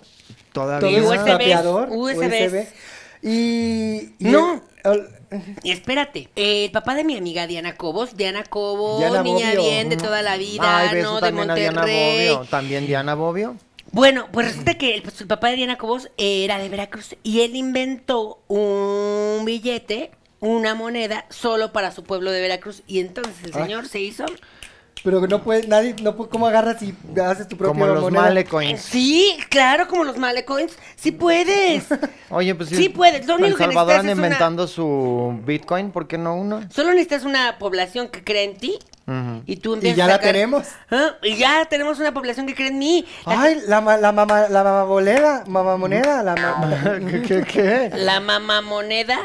S1: Todo
S4: Todavía.
S1: es
S3: USBs,
S1: vapeador,
S3: USBs.
S1: USB. Y, y
S3: No.
S1: el-
S3: Y Espérate, eh, el papá de mi amiga Diana Cobos, Diana Cobos,
S1: Diana
S3: niña
S1: Bobbio.
S3: bien de toda la vida,
S4: Ay, beso
S3: no de
S4: también a Diana
S3: Monterrey.
S4: Bobbio. También Diana Bobbio.
S3: Bueno, pues resulta que el, pues, el papá de Diana Cobos era de Veracruz y él inventó un billete, una moneda solo para su pueblo de Veracruz y entonces el señor se hizo
S1: pero no puede, nadie, no puede- ¿cómo agarras y haces tu propia
S4: Como los
S1: moneda?
S4: malecoins.
S3: Sí, claro, como los malecoins. Sí puedes.
S4: Oye, pues
S3: Sí puedes, lo
S4: en
S3: único que
S4: Salvador
S3: necesitas
S4: anda
S3: es una-
S4: inventando su Bitcoin, ¿por qué no uno?
S3: Solo necesitas una población que cree en ti.
S4: Ujú.
S3: Y
S1: Y
S3: tú empiezas
S1: ya
S3: a
S1: la
S3: sacar-
S1: tenemos.
S3: Ah, Y ya tenemos una población que cree en mí. La,
S1: Ay, la, ma- la mamá, la mamaboleda, mamamoneda, la ma-
S4: ¿Qué, qué, qué?
S3: la mamamoneda.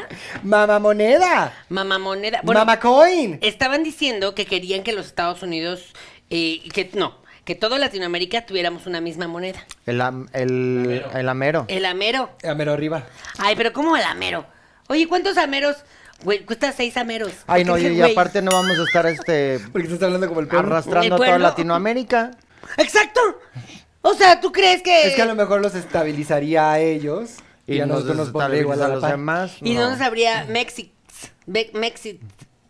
S1: mamamoneda,
S3: Mamamoneda. Bueno, Eh,
S1: mamacoin.
S3: estaban diciendo que querían que los Estados Unidos. eh, y que no, que toda Latinoamérica tuviéramos una misma moneda.
S4: El, am- el, el amero.
S3: El amero.
S1: A mero arriba.
S3: Ay, pero ¿cómo el amero? Oye, ¿cuántos ameros? Güey, cuesta seis ameros.
S4: Ay, no,
S3: Porque
S4: y,
S3: ese
S4: y
S3: güey-
S4: aparte no vamos a estar este
S1: Porque estás hablando como el perro.
S4: arrastrando a
S3: El
S4: toda
S3: pueblo.
S4: Latinoamérica.
S3: ¡Exacto! O sea, ¿tú crees que.?
S1: Es que a lo mejor los estabilizaría a ellos y,
S4: Y,
S1: a
S4: nos
S1: nosotros nos pondría igual
S4: desestabiliza a
S1: a la
S4: los
S1: par.
S4: demás.
S3: Y
S4: no.
S3: no nos habría Mexit. Be- Mexit.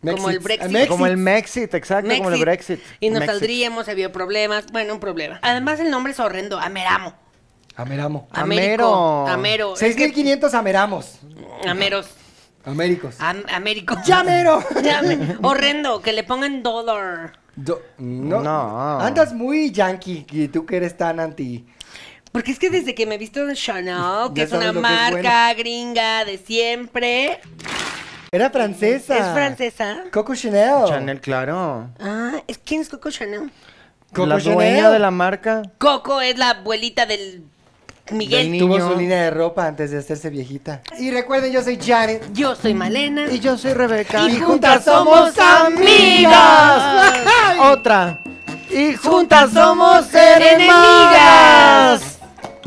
S3: Como
S1: Mexits.
S3: el Brexit.
S1: Ah, Mexits.
S4: Como el Mexit, exacto, como el Brexit.
S3: Y nos
S4: Mexit.
S3: saldríamos, había problemas. Bueno, un problema. Además, el nombre es horrendo. Ameramo.
S1: Ameramo.
S3: Américo. Amero.
S4: Amero.
S3: Es que-
S1: 6500 ameramos. Ah,
S3: Ameros.
S1: Américos.
S3: Am- Américo.
S1: ¡Llamero!
S3: Llame- Horrendo. Que le pongan dólar.
S1: Do- no,
S4: No.
S1: Andas muy yankee y tú que eres tan anti.
S3: Porque es que desde que me he visto en Chanel, que
S1: Ya
S3: es una
S1: sabes lo que es
S3: marca gringa de siempre.
S1: Era francesa.
S3: ¿Es francesa?
S1: Coco Chanel.
S4: Chanel, claro.
S3: Ah, ¿es- ¿quién es Coco Chanel?
S1: Coco
S4: la
S1: Chanel.
S4: dueña de la marca.
S3: Coco es la abuelita del Miguel.
S4: Del niño.
S1: Tuvo su línea de ropa antes de hacerse viejita. Y recuerden, yo soy Janet.
S3: Yo soy Malena.
S4: Y yo soy Rebeca.
S3: Y juntas somos amigas.
S4: Otra. Y juntas somos enemigas.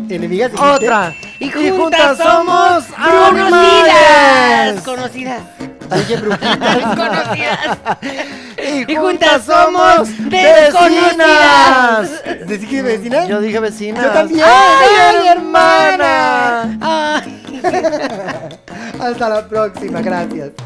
S1: Enemigas. dijiste?
S4: Otra.
S3: Y juntas somos conocidas. Conocidas. conocidas.
S4: Y
S3: Y juntas somos desconocidas.
S1: ¿Decís que vecina?
S4: Yo dije vecinas.
S1: Yo también.
S4: ¡Ay, hermana!
S3: Ay.
S1: Hasta la próxima. Gracias.